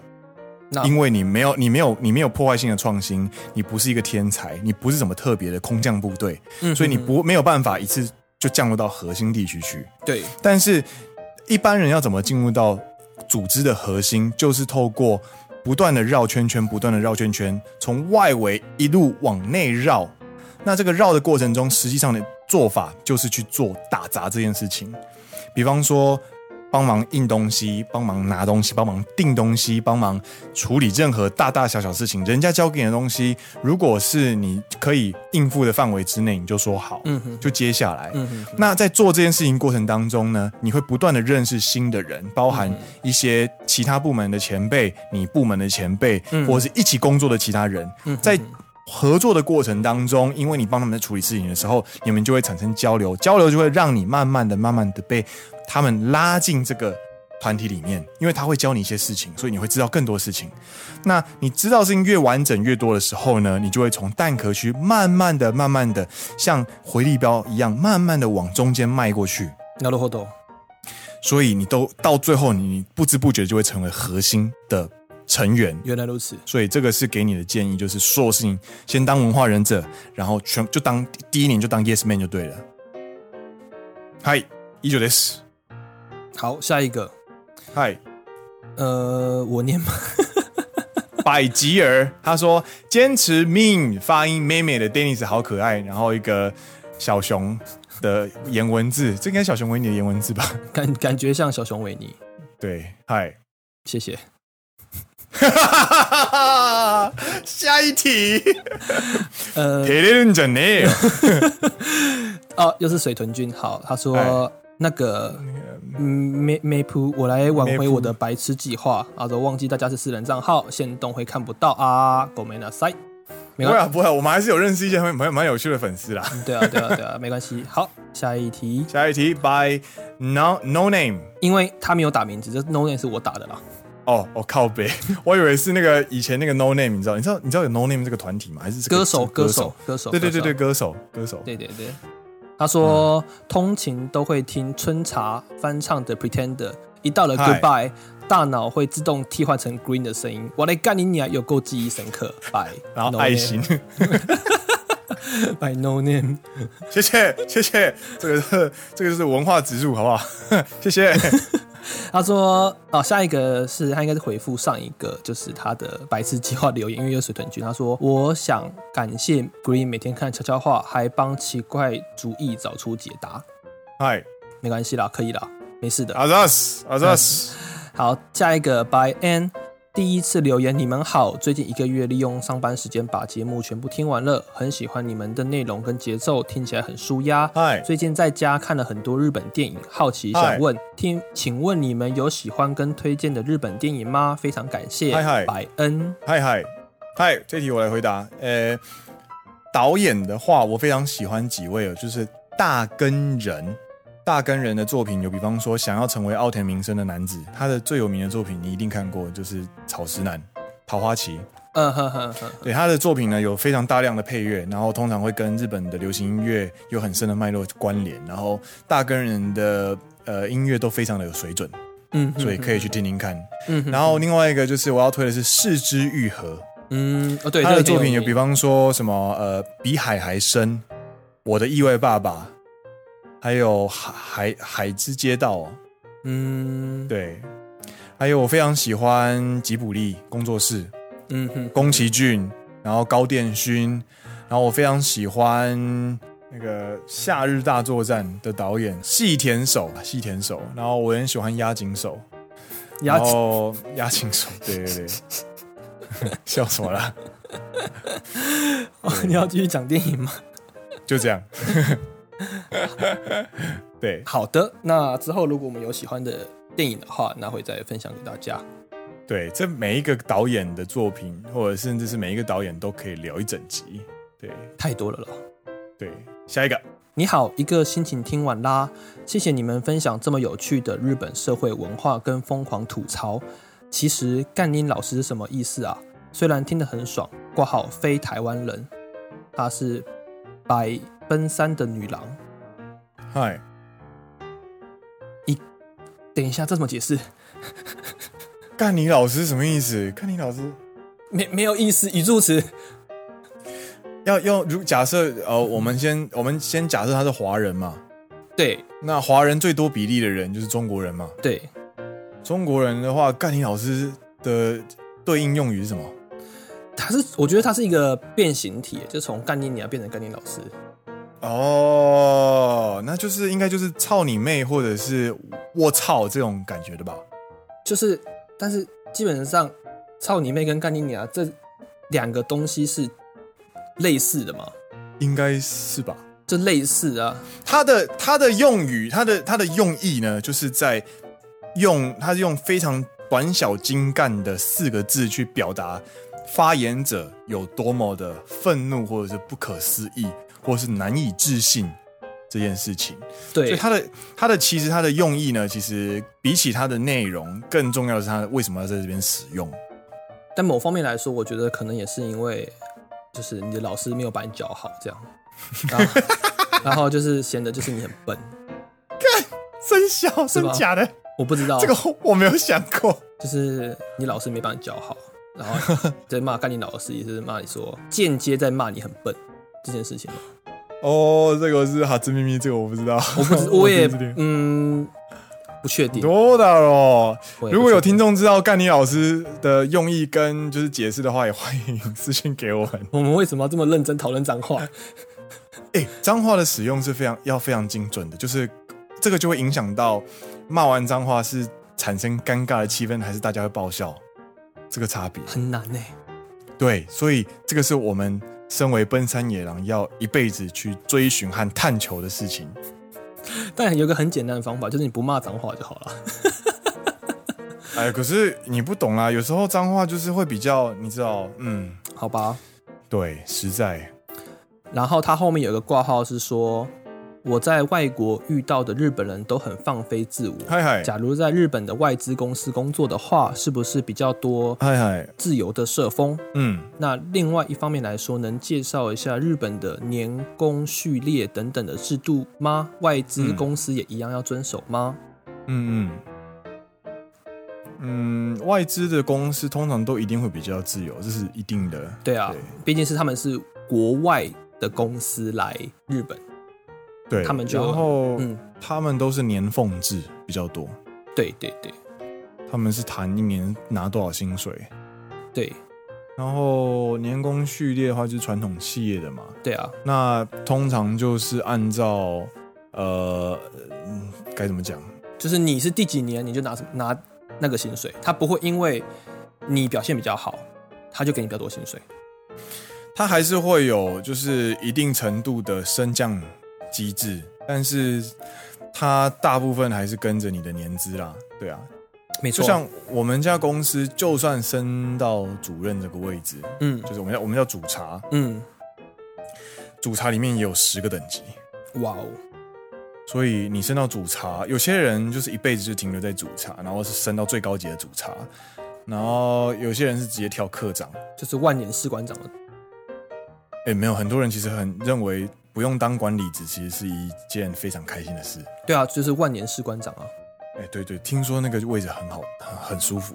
Speaker 2: 那
Speaker 1: 因为你没有，你没有，你没有破坏性的创新，你不是一个天才，你不是什么特别的空降部队，
Speaker 2: 嗯哼
Speaker 1: 所以你
Speaker 2: 哼
Speaker 1: 不没有办法一次就降落到核心地区去。
Speaker 2: 对，
Speaker 1: 但是一般人要怎么进入到组织的核心，就是透过不断的绕圈圈，不断的绕圈圈，从外围一路往内绕。那这个绕的过程中，实际上的做法就是去做打杂这件事情，比方说帮忙印东西、帮忙拿东西、帮忙订东西、帮忙处理任何大大小小事情。人家交给你的东西，如果是你可以应付的范围之内，你就说好，
Speaker 2: 嗯哼，
Speaker 1: 就接下来。
Speaker 2: 嗯哼哼，
Speaker 1: 那在做这件事情过程当中呢，你会不断的认识新的人，包含
Speaker 2: 嗯
Speaker 1: 一些其他部门的前辈、你部门的前辈，
Speaker 2: 嗯
Speaker 1: 或者是一起工作的其他人，
Speaker 2: 嗯哼
Speaker 1: 在
Speaker 2: 哼
Speaker 1: 合作的过程当中，因为你帮他们在处理事情的时候，你们就会产生交流，交流就会让你慢慢的、慢慢的被他们拉进这个团体里面，因为他会教你一些事情，所以你会知道更多事情。那你知道事情越完整越多的时候呢，你就会从蛋壳区慢慢的、慢慢的像回力镖一样，慢慢的往中间迈过去。
Speaker 2: なるほど，
Speaker 1: 所以你都到最后，你不知不觉就会成为核心的成员。
Speaker 2: 原来如此，
Speaker 1: 所以这个是给你的建议，就是所有事情先当文化忍者，然后全就当第一年就当 yes man 就对了。嗨，依旧 this，
Speaker 2: 好，下一个，
Speaker 1: 嗨，
Speaker 2: 呃，我念吗？ [laughs]
Speaker 1: 百吉尔他说坚持 mean 发音妹妹的 Dennis 好可爱，然后一个小熊的颜文字，这应该是小熊维尼的颜文字吧？
Speaker 2: 感感觉像小熊维尼，
Speaker 1: 对，嗨。
Speaker 2: 谢谢。
Speaker 1: [laughs] 下一
Speaker 2: [laughs]
Speaker 1: 题，
Speaker 2: 呃，
Speaker 1: 铁链子呢？
Speaker 2: 哦，又是水豚君，好，他说
Speaker 1: 哎
Speaker 2: 那个。嗯，没没谱，我来挽回
Speaker 1: Meipu
Speaker 2: 我的白痴计划。啊，都忘记大家是私人账号，限动会看不到啊。狗没那塞，没
Speaker 1: 不会
Speaker 2: 关系，
Speaker 1: 啊，不会啊，我们还是有认识一些蛮蛮蛮有趣的粉丝啦。
Speaker 2: 对啊，对啊，对啊，没 [laughs] 关系。好，下一题，
Speaker 1: 下一题，by no no name。
Speaker 2: 因为他没有打名字，这 no name 是我打的啦。
Speaker 1: 哦，我、靠北， [laughs] 我以为是那个以前那个 no name，你知道？你知道你知道有 no name 这个团体吗？还是这个
Speaker 2: 歌手，
Speaker 1: 这个
Speaker 2: 歌
Speaker 1: 歌
Speaker 2: 手？，歌手，
Speaker 1: 对对对对，
Speaker 2: 歌手
Speaker 1: 歌手歌手。
Speaker 2: 对对对。他说、通勤都会听春茶翻唱的 Pretender，一到了
Speaker 1: 嗨
Speaker 2: Goodbye，大脑会自动替换成 Green 的声音。我来干你娘，有够记忆深刻。拜，
Speaker 1: 然后爱心，
Speaker 2: ，By No Name。
Speaker 1: [laughs] 谢谢谢谢，这个是这个就是文化植入，好 [laughs] 不好？谢
Speaker 2: [laughs]
Speaker 1: 谢。
Speaker 2: 他说：“哦，下一个是他应该是回复上一个，就是他的白痴计划留言，因为有水豚君。他说：我想感谢 Green 每天看悄悄话，还帮奇怪主义找出解答。
Speaker 1: 嗨，
Speaker 2: 没关系啦，可以啦，没事的。
Speaker 1: 阿扎斯阿扎斯，
Speaker 2: 好，下一个 By N。第一次留言，你们好，最近一个月利用上班时间把节目全部听完了，很喜欢你们的内容跟节奏，听起来很舒压。
Speaker 1: 嗨
Speaker 2: 最近在家看了很多日本电影，好奇
Speaker 1: 嗨
Speaker 2: 想问，听，请问你们有喜欢跟推荐的日本电影吗？非常感谢，
Speaker 1: 嗨嗨
Speaker 2: 百恩。
Speaker 1: 嗨嗨嗨，这题我来回答。呃，导演的话，我非常喜欢几位哦，就是大根人。大根人的作品有，比方说想要成为奥田明生的男子，他的最有名的作品你一定看过，就是《草食男》《桃花旗》。
Speaker 2: 嗯哼哼哼，
Speaker 1: 对他的作品呢，有非常大量的配乐，然后通常会跟日本的流行音乐有很深的脉络关联，然后大根人的呃音乐都非常的有水准，
Speaker 2: 嗯，
Speaker 1: 所以可以去听听看。
Speaker 2: 嗯哼，
Speaker 1: 然后另外一个就是我要推的是《四之愈合》，
Speaker 2: 嗯，哦对，
Speaker 1: 他
Speaker 2: 这
Speaker 1: 的
Speaker 2: 个
Speaker 1: 作品有，
Speaker 2: 有
Speaker 1: 比方说什么呃，比海还深，我的意外爸爸，还有海海海之街道、哦，
Speaker 2: 嗯，，
Speaker 1: 对，还有我非常喜欢吉卜力工作室，
Speaker 2: 嗯哼，
Speaker 1: 宫崎骏，然后高电勋，然后我非常喜欢那个《夏日大作战》的导演细田守，细田守，然后我很喜欢押井守，
Speaker 2: 牙齿，
Speaker 1: 后押井守，对对 [laughs] 对，笑什么啦？
Speaker 2: [laughs] 你要继续讲电影吗？
Speaker 1: 就这样。 [laughs] 对，
Speaker 2: 好的，那之后如果我们有喜欢的电影的话，那会再分享给大家。
Speaker 1: 对，这每一个导演的作品，或者甚至是每一个导演都可以聊一整集。对
Speaker 2: 太多了啦。
Speaker 1: 对，下一个，
Speaker 2: 你好，一个心情听完啦，谢谢你们分享这么有趣的日本社会文化跟疯狂吐槽。其实干音老师是什么意思啊？虽然听得很爽，挂号非台湾人，她是百分山的女郎。
Speaker 1: 嗨，
Speaker 2: 等一下，这怎么解释？
Speaker 1: 干你老师什么意思？干你老师
Speaker 2: 没没有意思，语助词。
Speaker 1: 要要，如假设呃，我们先我们先假设他是华人嘛，
Speaker 2: 对
Speaker 1: 那华人最多比例的人就是中国人嘛。
Speaker 2: 对，
Speaker 1: 中国人的话，干你老师的对应用语是什么？
Speaker 2: 她是，我觉得她是一个变形体，就从干音娘变成干音老师。
Speaker 1: 哦，那就是应该就是操你妹，或者是我操这种感觉的吧？
Speaker 2: 就是，但是基本上，操你妹跟干你娘这两个东西是类似的嘛？
Speaker 1: 应该是吧？
Speaker 2: 就类似啊，
Speaker 1: 它的它的用语，它的它的用意呢，就是在用它是用非常短小精干的四个字去表达发言者有多么的愤怒，或者是不可思议，或者是难以置信这件事情。所以
Speaker 2: 对，
Speaker 1: 它的它的其实它的用意呢，其实比起它的内容，更重要的是它为什么要在这边使用。
Speaker 2: 但某方面来说，我觉得可能也是因为，就是你的老师没有把你教好，这样，然后然后就是显得就是你很笨，
Speaker 1: 真小
Speaker 2: 是吧
Speaker 1: 真假的，
Speaker 2: 我不知道，
Speaker 1: 这个我我没有想过。
Speaker 2: 就是你老师没把你教好，然
Speaker 1: [laughs]
Speaker 2: 后在骂干你老师，也是骂你说间接在骂你很笨这件事情
Speaker 1: [laughs]
Speaker 2: 嘛，
Speaker 1: 哦，这个是哈兹秘密，这个 [laughs] 哦我不知道，
Speaker 2: 我不知我也
Speaker 1: 不知道
Speaker 2: 嗯不确定，
Speaker 1: 多大咯。
Speaker 2: 我也不
Speaker 1: 如果有
Speaker 2: 确定
Speaker 1: 听众知道干尼老师的用意跟就是解释的话，也欢迎私信给我们。
Speaker 2: 我们为什么要这么认真讨论脏话？
Speaker 1: 哎、 [laughs] 脏话的使用是非常要非常精准的，就是这个就会影响到骂完脏话是产生尴尬的气氛，还是大家会爆笑这个差别。
Speaker 2: [laughs] 很难欸呢、
Speaker 1: 对，所以这个是我们身为奔山野狼要一辈子去追寻和探求的事情。
Speaker 2: 但有一个很简单的方法，就是你不骂脏话就好了。
Speaker 1: 哎，可是你不懂啊啦，有时候脏话就是会比较，你知道，嗯，
Speaker 2: 好吧。
Speaker 1: 对，实在
Speaker 2: 然后他后面有一个挂号是说，我在外国遇到的日本人都很放飞自 [laughs] 我。
Speaker 1: 嗨嗨
Speaker 2: 假如在日本的外资公司工作的话，是不是比较多
Speaker 1: 嗨嗨，
Speaker 2: 自由的社风？
Speaker 1: 嗯，
Speaker 2: 那另外一方面来说，能介绍一下日本的年功序列等等的制度吗？外资公司也一样要遵守吗？
Speaker 1: 嗯嗯。嗯，外资的公司通常都一定会比较自由，这是一定的。
Speaker 2: 对啊，毕竟是他们是国外的公司来日本，
Speaker 1: 对，
Speaker 2: 他们就
Speaker 1: 然后、
Speaker 2: 嗯，
Speaker 1: 他们都是年俸制比较多，
Speaker 2: 对对对
Speaker 1: 他们是谈一年拿多少薪水，
Speaker 2: 对
Speaker 1: 然后年功序列的话就是传统企业的嘛，
Speaker 2: 对啊，
Speaker 1: 那通常就是按照呃嗯该怎么讲，
Speaker 2: 就是你是第几年你就拿什么拿那个薪水，他不会因为你表现比较好，他就给你比较多薪水。
Speaker 1: 它还是会有就是一定程度的升降机制，但是它大部分还是跟着你的年资啦，对啊，
Speaker 2: 没
Speaker 1: 就
Speaker 2: 错，
Speaker 1: 像我们家公司就算升到主任这个位置，
Speaker 2: 嗯
Speaker 1: 就是我们叫我们叫主查，
Speaker 2: 嗯，
Speaker 1: 主查里面也有十个等级。
Speaker 2: 哇哦，
Speaker 1: 所以你升到主茶，有些人就是一辈子就停留在主茶，然后是升到最高级的主茶，然后有些人是直接跳科长。
Speaker 2: 就是万年士官长的，
Speaker 1: 哎，没有，很多人其实很认为不用当管理职其实是一件非常开心的事。
Speaker 2: 对啊，就是万年士官长啊。
Speaker 1: 哎，对对，听说那个位置很好，很很舒服。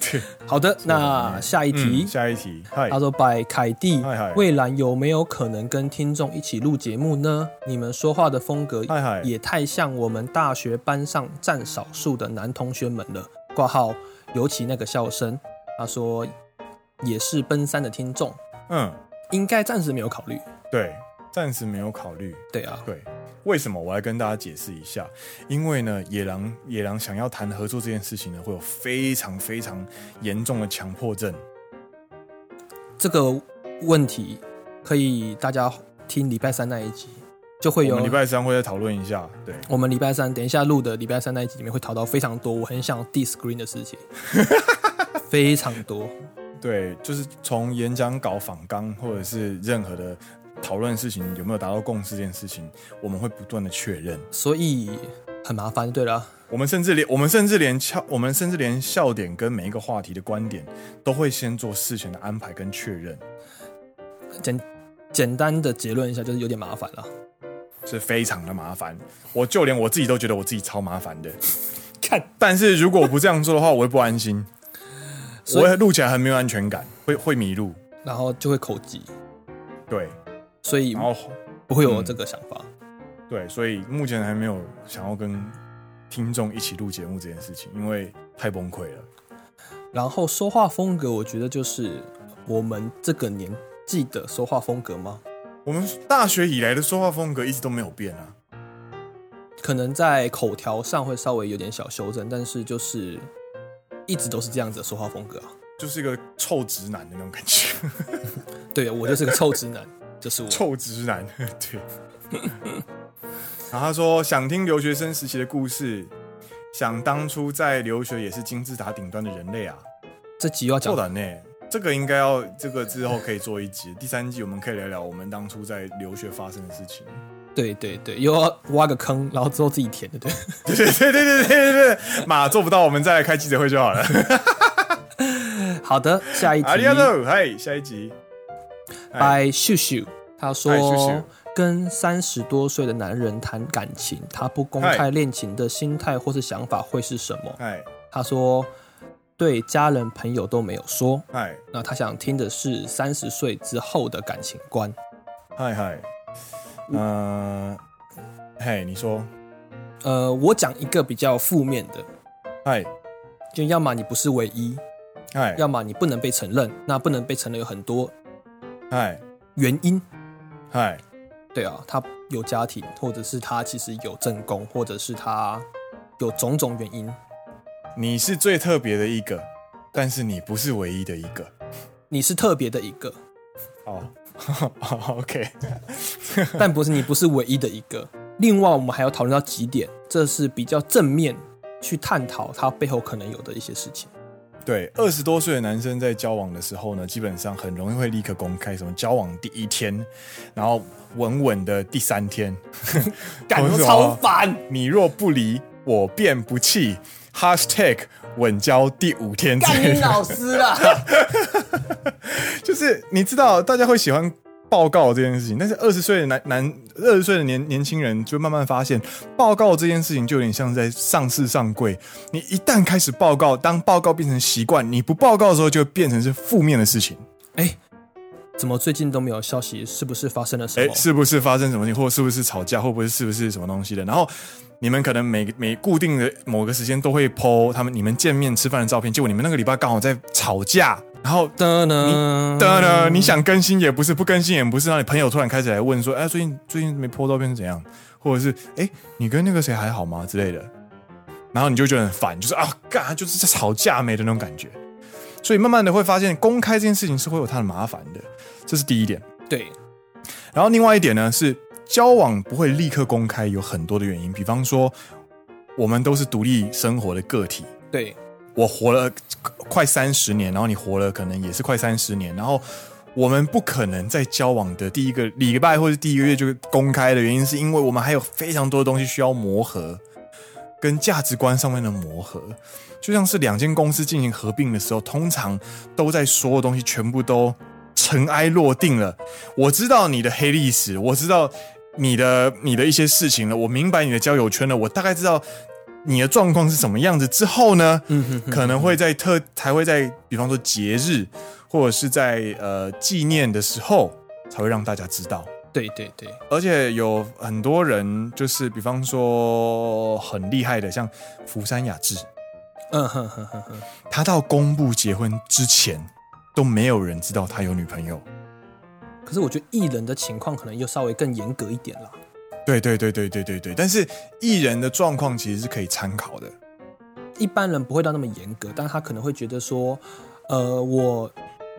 Speaker 1: 对，
Speaker 2: 好的，
Speaker 1: 嗯
Speaker 2: 那下一题
Speaker 1: 嗯，下一题，嗨
Speaker 2: 他，说：“百凯蒂
Speaker 1: 嗨嗨，
Speaker 2: 蔚蓝有没有可能跟听众一起录节目呢？你们说话的风格
Speaker 1: 嗨嗨，
Speaker 2: 也太像我们大学班上占少数的男同学们了。”挂号，尤其那个笑声。他说：“也是奔三的听众，
Speaker 1: 嗯，
Speaker 2: 应该暂时没有考虑。
Speaker 1: 对，暂时没有考虑。”
Speaker 2: 对啊，
Speaker 1: 对，为什么我来跟大家解释一下？因为呢，野狼野狼想要谈合作这件事情呢，会有非常非常严重的强迫症。
Speaker 2: 这个问题可以大家听礼拜三那一集，就会
Speaker 1: 我
Speaker 2: 有
Speaker 1: 们礼拜三会再讨论一下。对，
Speaker 2: 我们礼拜三等一下录的礼拜三那一集里面会讨到非常多我很想 diss green 的事情，非常多。
Speaker 1: 对，就是从演讲稿、访纲或者是任何的讨论事情有没有达到共识这件事情，我们会不断的确认。
Speaker 2: 所以很麻烦。对了，
Speaker 1: 我们甚至连我们甚至连笑，我们甚至连笑点跟每一个话题的观点，都会先做事前的安排跟确认，
Speaker 2: 简简单的结论一下，就是有点麻烦了。
Speaker 1: 是非常的麻烦。我就连我自己都觉得我自己超麻烦的。
Speaker 2: 看，
Speaker 1: 但是如果我不这样做的话，我会不安心，我
Speaker 2: 所以
Speaker 1: 会录起来很没有安全感，会会迷路。
Speaker 2: 然后就会口急，
Speaker 1: 对，
Speaker 2: 所以
Speaker 1: 然后
Speaker 2: 不会有
Speaker 1: 嗯
Speaker 2: 这个想法。
Speaker 1: 对，所以目前还没有想要跟听众一起录节目这件事情，因为太崩溃了。
Speaker 2: 然后说话风格，我觉得就是我们这个年纪的说话风格吗？
Speaker 1: 我们大学以来的说话风格一直都没有变啊，
Speaker 2: 可能在口条上会稍微有点小修正，但是就是一直都是这样子的说话风格啊。
Speaker 1: 就是一个臭直男的那种感觉，
Speaker 2: 对我就是个臭直男，就是我。
Speaker 1: 臭直男。 [laughs] 对。然后他说想听留学生时期的故事，想当初在留学也是金字塔顶端的人类啊。
Speaker 2: 这集又要
Speaker 1: 做
Speaker 2: 讲
Speaker 1: 的呢，这个应该要这个之后可以做一集，第三季我们可以聊聊我们当初在留学发生的事情。 [laughs]
Speaker 2: 对对对，又要挖个坑，然后之后自己填的，对。
Speaker 1: 对对对对对对对对，马做不到，我们再来开记者会就好了。
Speaker 2: 好的，下一题
Speaker 1: 阿里亚哎豆，嗨，下一集。
Speaker 2: ，by 秀秀，他
Speaker 1: 嗨秀秀
Speaker 2: 说跟三十多岁的男人谈感情，他不公
Speaker 1: 嗨
Speaker 2: 开恋情的心态或是想法会是什么？
Speaker 1: 嗨
Speaker 2: 他说对家人朋友都没有说，
Speaker 1: 嗨
Speaker 2: 那他想听的是三十岁之后的感情观。
Speaker 1: 嗨嗨，嗯，嘿，你说，
Speaker 2: 呃，我讲一个比较负面的，
Speaker 1: 嗨
Speaker 2: 就要么你不是唯一，
Speaker 1: 嗨
Speaker 2: 要么你不能被承认。那不能被承认有很多
Speaker 1: 嗨
Speaker 2: 原因，
Speaker 1: 嗨，
Speaker 2: 对啊，他有家庭，或者是他其实有正宫，或者是他有种种原因。
Speaker 1: 你是最特别的一个，但是你不是唯一的一个。
Speaker 2: 你是特别的一个，
Speaker 1: 哦 [laughs] ，OK，
Speaker 2: 但不是你不是唯一的一个。另外，我们还要讨论到几点，这是比较正面去探讨它背后可能有的一些事情。
Speaker 1: 对，二十多岁的男生在交往的时候呢，基本上很容易会立刻公开什么交往第一天，然后稳稳的第三天，
Speaker 2: 感
Speaker 1: 我
Speaker 2: 觉
Speaker 1: 是什
Speaker 2: 超
Speaker 1: 么
Speaker 2: 烦。
Speaker 1: 你若不离，我便不弃。#hashtag 稳交第五天之
Speaker 2: 干
Speaker 1: 类
Speaker 2: 你
Speaker 1: 的，
Speaker 2: 老师啊啦！
Speaker 1: 就是你知道大家会喜欢报告这件事情，但是二十岁的男男二十岁的年年轻人就慢慢发现，报告这件事情就有点像在上市上柜。你一旦开始报告，当报告变成习惯，你不报告的时候就会变成是负面的事情。
Speaker 2: [laughs] 哎，怎么最近都没有消息？是不是发生了什
Speaker 1: 哎、
Speaker 2: 么？
Speaker 1: 是不是发生什么事情，或是不是吵架，或不是是不是什么东西的？然后你们可能每每固定的某个时间都会 PO 他们你们见面吃饭的照片，结果你们那个礼拜刚好在吵架，然后
Speaker 2: 的呢？
Speaker 1: 当然了，啊你想更新也不是，不更新也不是，让你朋友突然开始来问说，哎、最近最近没 PO 照片是怎样，或者是哎、你跟那个谁还好吗之类的，然后你就觉得很烦，就是啊，干就是在吵架没的那种感觉，所以慢慢的会发现公开这件事情是会有它的麻烦的，这是第一点。
Speaker 2: 对，
Speaker 1: 然后另外一点呢是，交往不会立刻公开，有很多的原因，比方说我们都是独立生活的个体，
Speaker 2: 对，
Speaker 1: 我活了快三十年，然后你活了可能也是快三十年，然后我们不可能在交往的第一个礼拜或者第一个月就公开的原因，是因为我们还有非常多的东西需要磨合，跟价值观上面的磨合。就像是两间公司进行合并的时候，通常都在所有东西全部都尘埃落定了。我知道你的黑历史，我知道你的你的一些事情了，我明白你的交友圈了，我大概知道你的状况是什么样子。之后呢，
Speaker 2: 嗯哼哼，
Speaker 1: 可能会在特才会在，比方说节日或者是在呃纪念的时候才会让大家知道。
Speaker 2: 对对对，
Speaker 1: 而且有很多人就是，比方说很厉害的，像福山雅治，
Speaker 2: 嗯哼哼哼哼，
Speaker 1: 他到公布结婚之前都没有人知道他有女朋友。
Speaker 2: 可是我觉得艺人的情况可能又稍微更严格一点啦。
Speaker 1: 对对对对对对对，但是艺人的状况其实是可以参考的。
Speaker 2: 一般人不会到那么严格，但他可能会觉得说，呃，我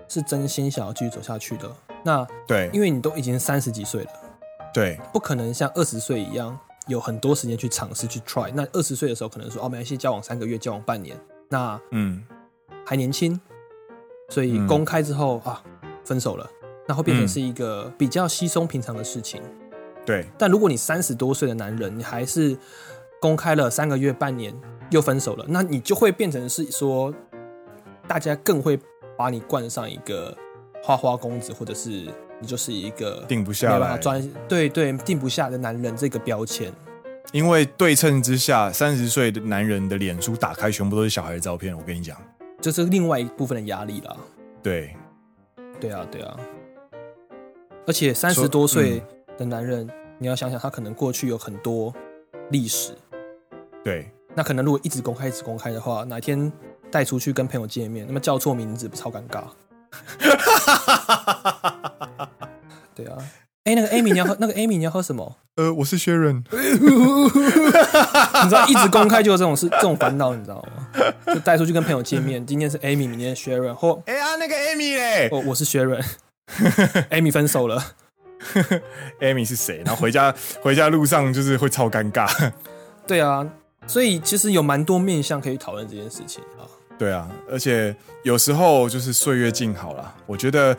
Speaker 2: 是真心想要继续走下去的。那
Speaker 1: 对
Speaker 2: 因为你都已经三十几岁了，
Speaker 1: 对
Speaker 2: 不可能像二十岁一样有很多时间去尝试去 try。那二十岁的时候可能说，哦，没关系，交往三个月，交往半年，那
Speaker 1: 嗯，
Speaker 2: 还年轻，所以
Speaker 1: 嗯
Speaker 2: 公开之后、啊，分手了，那会变成
Speaker 1: 嗯
Speaker 2: 是一个比较稀松平常的事情。
Speaker 1: 对
Speaker 2: 但如果你三十多岁的男人，你还是公开了三个月、半年又分手了，那你就会变成是说，大家更会把你冠上一个花花公子，或者是你就是一个
Speaker 1: 定不
Speaker 2: 没
Speaker 1: 下
Speaker 2: 办法
Speaker 1: 来。
Speaker 2: 专对对定不下的男人这个标签。
Speaker 1: 因为对称之下，三十岁的男人的脸书打开全部都是小孩的照片。我跟你讲，
Speaker 2: 这是另外一部分的压力啦，
Speaker 1: 对，
Speaker 2: 对啊，对啊。而且三十
Speaker 1: 说嗯
Speaker 2: 多岁的男人，你要想想，他可能过去有很多历史，
Speaker 1: 对，
Speaker 2: 那可能如果一直公开一直公开的话，哪天带出去跟朋友见面，那么叫错名字，超尴尬。对啊，哎、那个 Amy 你要喝，那个 Amy 你要喝什么？
Speaker 1: [laughs] 呃，我是 Sharon，
Speaker 2: 你知道一直公开就有这种事，这种烦恼，你知道吗？就带出去跟朋友见面，今天是 Amy，明天是 Sharon，或
Speaker 1: 哎呀，那个 Amy 嘞
Speaker 2: 哦，我是 Sharon，Amy 分手了。
Speaker 1: ，Amy 是谁？然后回家 [laughs] 回家路上就是会超尴尬。 [laughs]
Speaker 2: 对啊，所以其实有蛮多面向可以讨论这件事情啊。
Speaker 1: 对啊，而且有时候就是岁月静好啦。我觉得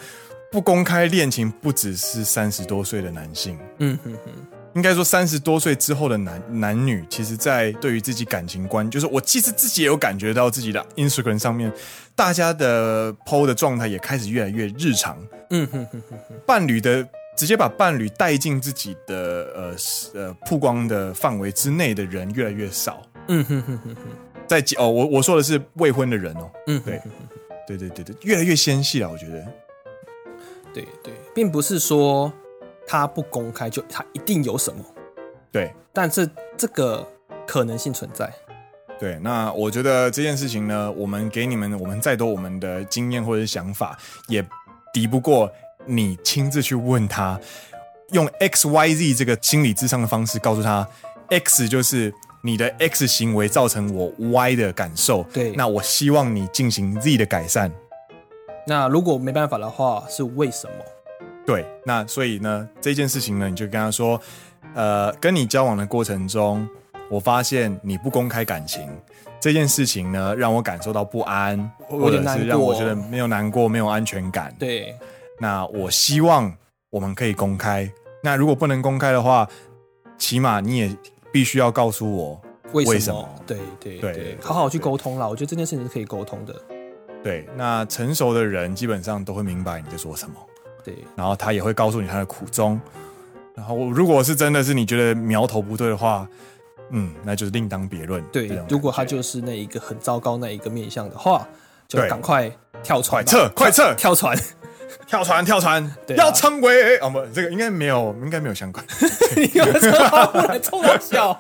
Speaker 1: 不公开恋情不只是三十多岁的男性，
Speaker 2: 嗯哼哼，
Speaker 1: 应该说三十多岁之后的男男女，其实在对于自己感情观，就是我其实自己也有感觉到自己的 Instagram 上面，大家的 PO 的状态也开始越来越日常，
Speaker 2: 嗯哼哼哼，
Speaker 1: 伴侣的直接把伴侣带进自己的呃是呃曝光的范围之内的人越来越少，
Speaker 2: 嗯哼哼哼哼，
Speaker 1: 在结哦，我我说的是未婚的人哦，
Speaker 2: 嗯哼哼
Speaker 1: 对对对对对，越来越纤细了，我觉得，
Speaker 2: 对对，并不是说他不公开就他一定有什么，
Speaker 1: 对。
Speaker 2: 但这这个可能性存在。
Speaker 1: 对，那我觉得这件事情呢，我们给你们，我们再多我们的经验或者是想法，也敌不过你亲自去问他，用 X Y Z 这个心理智商的方式告诉他，X 就是你的 X 行为造成我 Y 的感受，
Speaker 2: 对
Speaker 1: 那我希望你进行 Z 的改善。
Speaker 2: 那如果没办法的话，是为什么？
Speaker 1: 对，那所以呢，这件事情呢，你就跟他说，呃，跟你交往的过程中，我发现你不公开感情这件事情呢，让我感受到不安，
Speaker 2: 我
Speaker 1: 或
Speaker 2: 有点
Speaker 1: 者
Speaker 2: 难
Speaker 1: 是
Speaker 2: 过哦
Speaker 1: 让我觉得没有难过、没有安全感。
Speaker 2: 对，
Speaker 1: 那我希望我们可以公开。那如果不能公开的话，起码你也必须要告诉我。
Speaker 2: 为
Speaker 1: 为
Speaker 2: 什
Speaker 1: 什
Speaker 2: 么
Speaker 1: 么？
Speaker 2: 对对
Speaker 1: 对
Speaker 2: 对
Speaker 1: 对，
Speaker 2: 好好去
Speaker 1: 对
Speaker 2: 沟通啦。我觉得这件事情是可以沟通的。
Speaker 1: 对，那成熟的人基本上都会明白你在说什么，
Speaker 2: 对，
Speaker 1: 然后他也会告诉你他的苦衷。然后，如果是真的是你觉得苗头不对的话，嗯，那就是另当别论。这种
Speaker 2: 对
Speaker 1: 感，觉
Speaker 2: 如果他就是那一个很糟糕那一个面向的话，就
Speaker 1: 对
Speaker 2: 赶快跳
Speaker 1: 快
Speaker 2: 船吧，
Speaker 1: 撤，快撤，
Speaker 2: 跳船！
Speaker 1: 跳船，跳船，
Speaker 2: 对啊
Speaker 1: 要成为啊不，这个应该没有，应该没有相关。
Speaker 2: 你有这话不能冲我笑，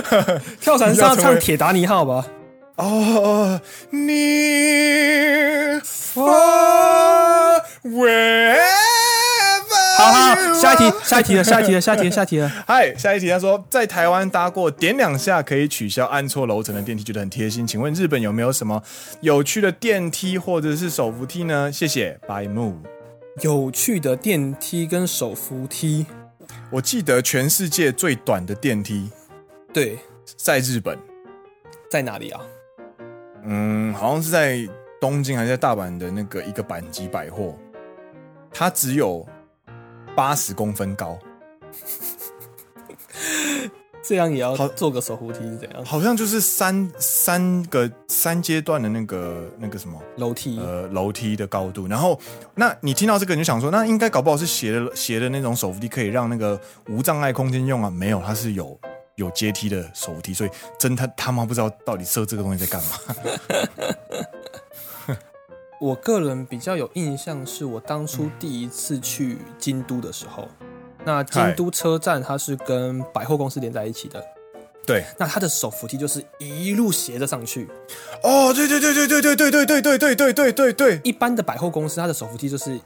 Speaker 2: [laughs] 跳船
Speaker 1: [laughs] 你
Speaker 2: 上
Speaker 1: 要成
Speaker 2: 唱
Speaker 1: 为
Speaker 2: 《铁达尼号》吧。
Speaker 1: 哦，你 far wherever
Speaker 2: 好好，
Speaker 1: you
Speaker 2: 好啊下
Speaker 1: [laughs]
Speaker 2: 一
Speaker 1: are
Speaker 2: 题，下一题了，下一题了，下一题了，下一题了。
Speaker 1: 嗨，下一题他说，在台湾搭过点两下可以取消按错楼层的电梯，觉得很贴心。请问日本有没有什么有趣的电梯或者是手扶梯呢？谢谢，By Move。
Speaker 2: 有趣的电梯跟手扶梯，
Speaker 1: 我记得全世界最短的电梯
Speaker 2: 对，
Speaker 1: 在日本，
Speaker 2: 在哪里啊？
Speaker 1: 嗯，好像是在东京还是在大阪的那个一个阪急百货，它只有八十公分高，
Speaker 2: 这样也要
Speaker 1: 好
Speaker 2: 做个手扶梯是怎样？
Speaker 1: 好像就是三三个三阶段的那个那个什么。
Speaker 2: 楼梯，
Speaker 1: 呃楼梯的高度。然后，那你听到这个你就想说，那应该搞不好是斜的斜的那种手扶梯可以让那个无障碍空间用啊？没有，它是有有阶梯的手扶梯，所以真他他妈不知道到底设这个东西在干嘛。
Speaker 2: 我个人比较有印象，是我当初第一次去京都的时候，那京都车站它是跟百货公司连在一起的，
Speaker 1: 对，
Speaker 2: 那它的手扶梯就是一路斜着上去。
Speaker 1: 哦，对对对对对对对对对对对对对对
Speaker 2: 一般的百货公司它的手扶梯就是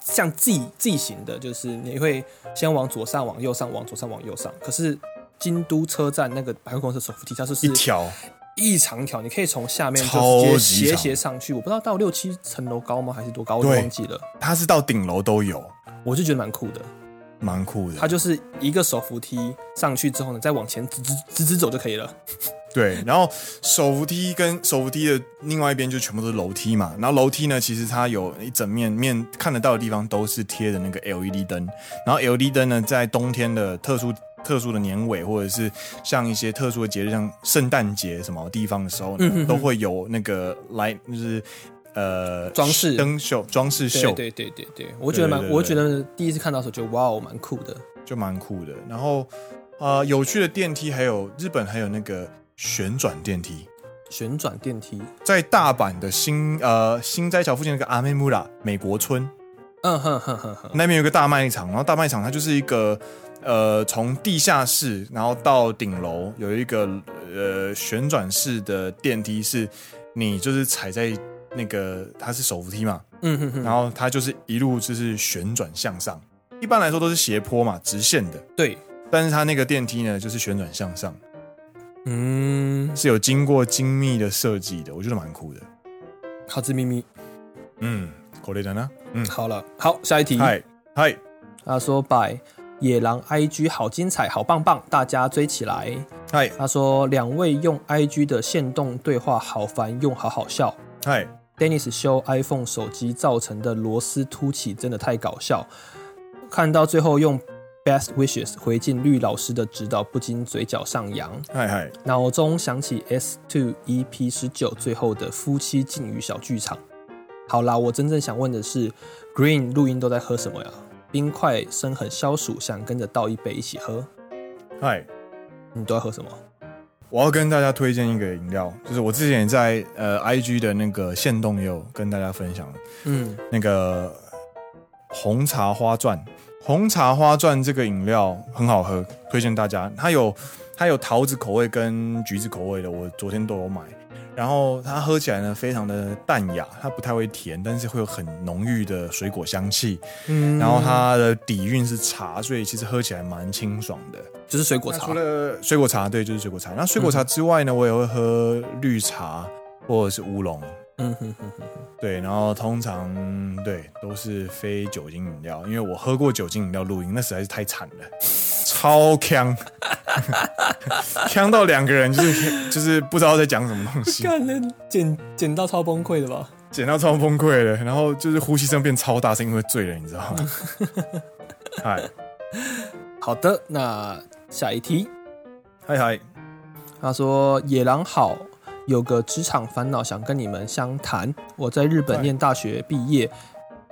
Speaker 2: 像 Z Z 型的，就是你会先往左上、往右上、往左上、往右上。可是京都车站那个百货公司的手扶梯，它就是
Speaker 1: 一条，
Speaker 2: 一长条，你可以从下面就
Speaker 1: 超
Speaker 2: 直
Speaker 1: 级
Speaker 2: 接斜
Speaker 1: 长
Speaker 2: 斜上去，我不知道到六七层楼高吗，还是多高，我
Speaker 1: 对
Speaker 2: 忘记了。
Speaker 1: 它是到顶楼都有，
Speaker 2: 我就觉得蛮酷的，
Speaker 1: 蛮酷
Speaker 2: 它
Speaker 1: 的。
Speaker 2: 就是一个手扶梯上去之后呢，再往前直直直直走就可以了。
Speaker 1: 对，然后手扶梯跟手扶梯的另外一边就全部都是楼梯嘛，然后楼梯呢，其实它有一整面面看得到的地方都是贴的那个 LED 灯，然后 LED 灯呢，在冬天的特殊特殊的年尾，或者是像一些特殊的节日，像圣诞节什么地方的时候呢，
Speaker 2: 嗯哼哼
Speaker 1: 都会有那个来就是呃
Speaker 2: 装饰
Speaker 1: 灯秀装饰秀，
Speaker 2: 对对对对对，我觉得蛮
Speaker 1: 对，对对
Speaker 2: 我觉得第一次看到的时候觉得哇哦，蛮酷的。
Speaker 1: 就蛮酷的。然后呃，有趣的电梯还有日本还有那个旋转电梯。
Speaker 2: 旋转电梯，
Speaker 1: 在大阪的新呃新斋桥附近那个阿美穆拉美国村
Speaker 2: 嗯哼哼哼哼，
Speaker 1: 那边有一个大卖场，然后大卖场它就是一个呃从地下室然后到顶楼有一个呃旋转式的电梯，是你就是踩在那个它是手扶梯嘛，
Speaker 2: 嗯哼哼，
Speaker 1: 然后它就是一路就是旋转向上，一般来说都是斜坡嘛直线的，
Speaker 2: 对，
Speaker 1: 但是它那个电梯呢就是旋转向上，
Speaker 2: 嗯，
Speaker 1: 是有经过精密的设计的，我觉得蛮酷的。
Speaker 2: 好字秘密，
Speaker 1: 嗯，口雷的呢？嗯，
Speaker 2: 好了，好，下一题。
Speaker 1: 嗨嗨。
Speaker 2: 他说拜野狼 IG 好精彩，好棒棒，大家追起来。
Speaker 1: 嗨
Speaker 2: 他说两位用 IG 的限动对话好烦，用好好笑。
Speaker 1: 嗨，
Speaker 2: Dennis 修 iPhone 手机造成的螺丝凸起真的太搞笑，看到最后用 Best Wishes 回敬绿老师的指导，不禁嘴角上扬。
Speaker 1: 嗨嗨，
Speaker 2: 脑中想起 S Two EP 十九最后的夫妻禁语小剧场。好啦，我真正想问的是，Green 录音都在喝什么呀？冰块声很消暑，想跟着倒一杯一起喝。
Speaker 1: 嗨！
Speaker 2: 你都在喝什么？
Speaker 1: 我要跟大家推荐一个饮料，就是我之前也在呃 IG 的那个线动也有跟大家分享
Speaker 2: 嗯，
Speaker 1: 那个红茶花钻。红茶花钻这个饮料很好喝，推荐大家。它有它有桃子口味跟橘子口味的，我昨天都有买。然后它喝起来呢，非常的淡雅，它不太会甜，但是会有很浓郁的水果香气。
Speaker 2: 嗯
Speaker 1: 然后它的底蕴是茶，所以其实喝起来蛮清爽的。
Speaker 2: 就是水果
Speaker 1: 那
Speaker 2: 茶
Speaker 1: 除。了水果茶，对，就是水果茶。那水
Speaker 2: 嗯
Speaker 1: 果茶之外呢，我也会喝绿茶或者是乌龙，
Speaker 2: 嗯哼哼哼，
Speaker 1: 对。然后通常对都是非
Speaker 2: [laughs]
Speaker 1: 酒精饮料，因为我喝过酒精饮料录音，那实在是太惨了，超呛。 [laughs] 呛到两个人就是就是不知道在讲什么东
Speaker 2: [laughs]
Speaker 1: 西，
Speaker 2: 看那剪剪到超崩溃的吧？
Speaker 1: 剪到超崩溃了，然后就是呼吸声变超大声，因为醉了，你知
Speaker 2: [laughs]
Speaker 1: 道吗？嗨
Speaker 2: 好的，那下一题，
Speaker 1: 嗨嗨，
Speaker 2: 他说野狼好。有个职场烦恼想跟你们相谈。我在日本
Speaker 1: 嗨
Speaker 2: 念大学毕业，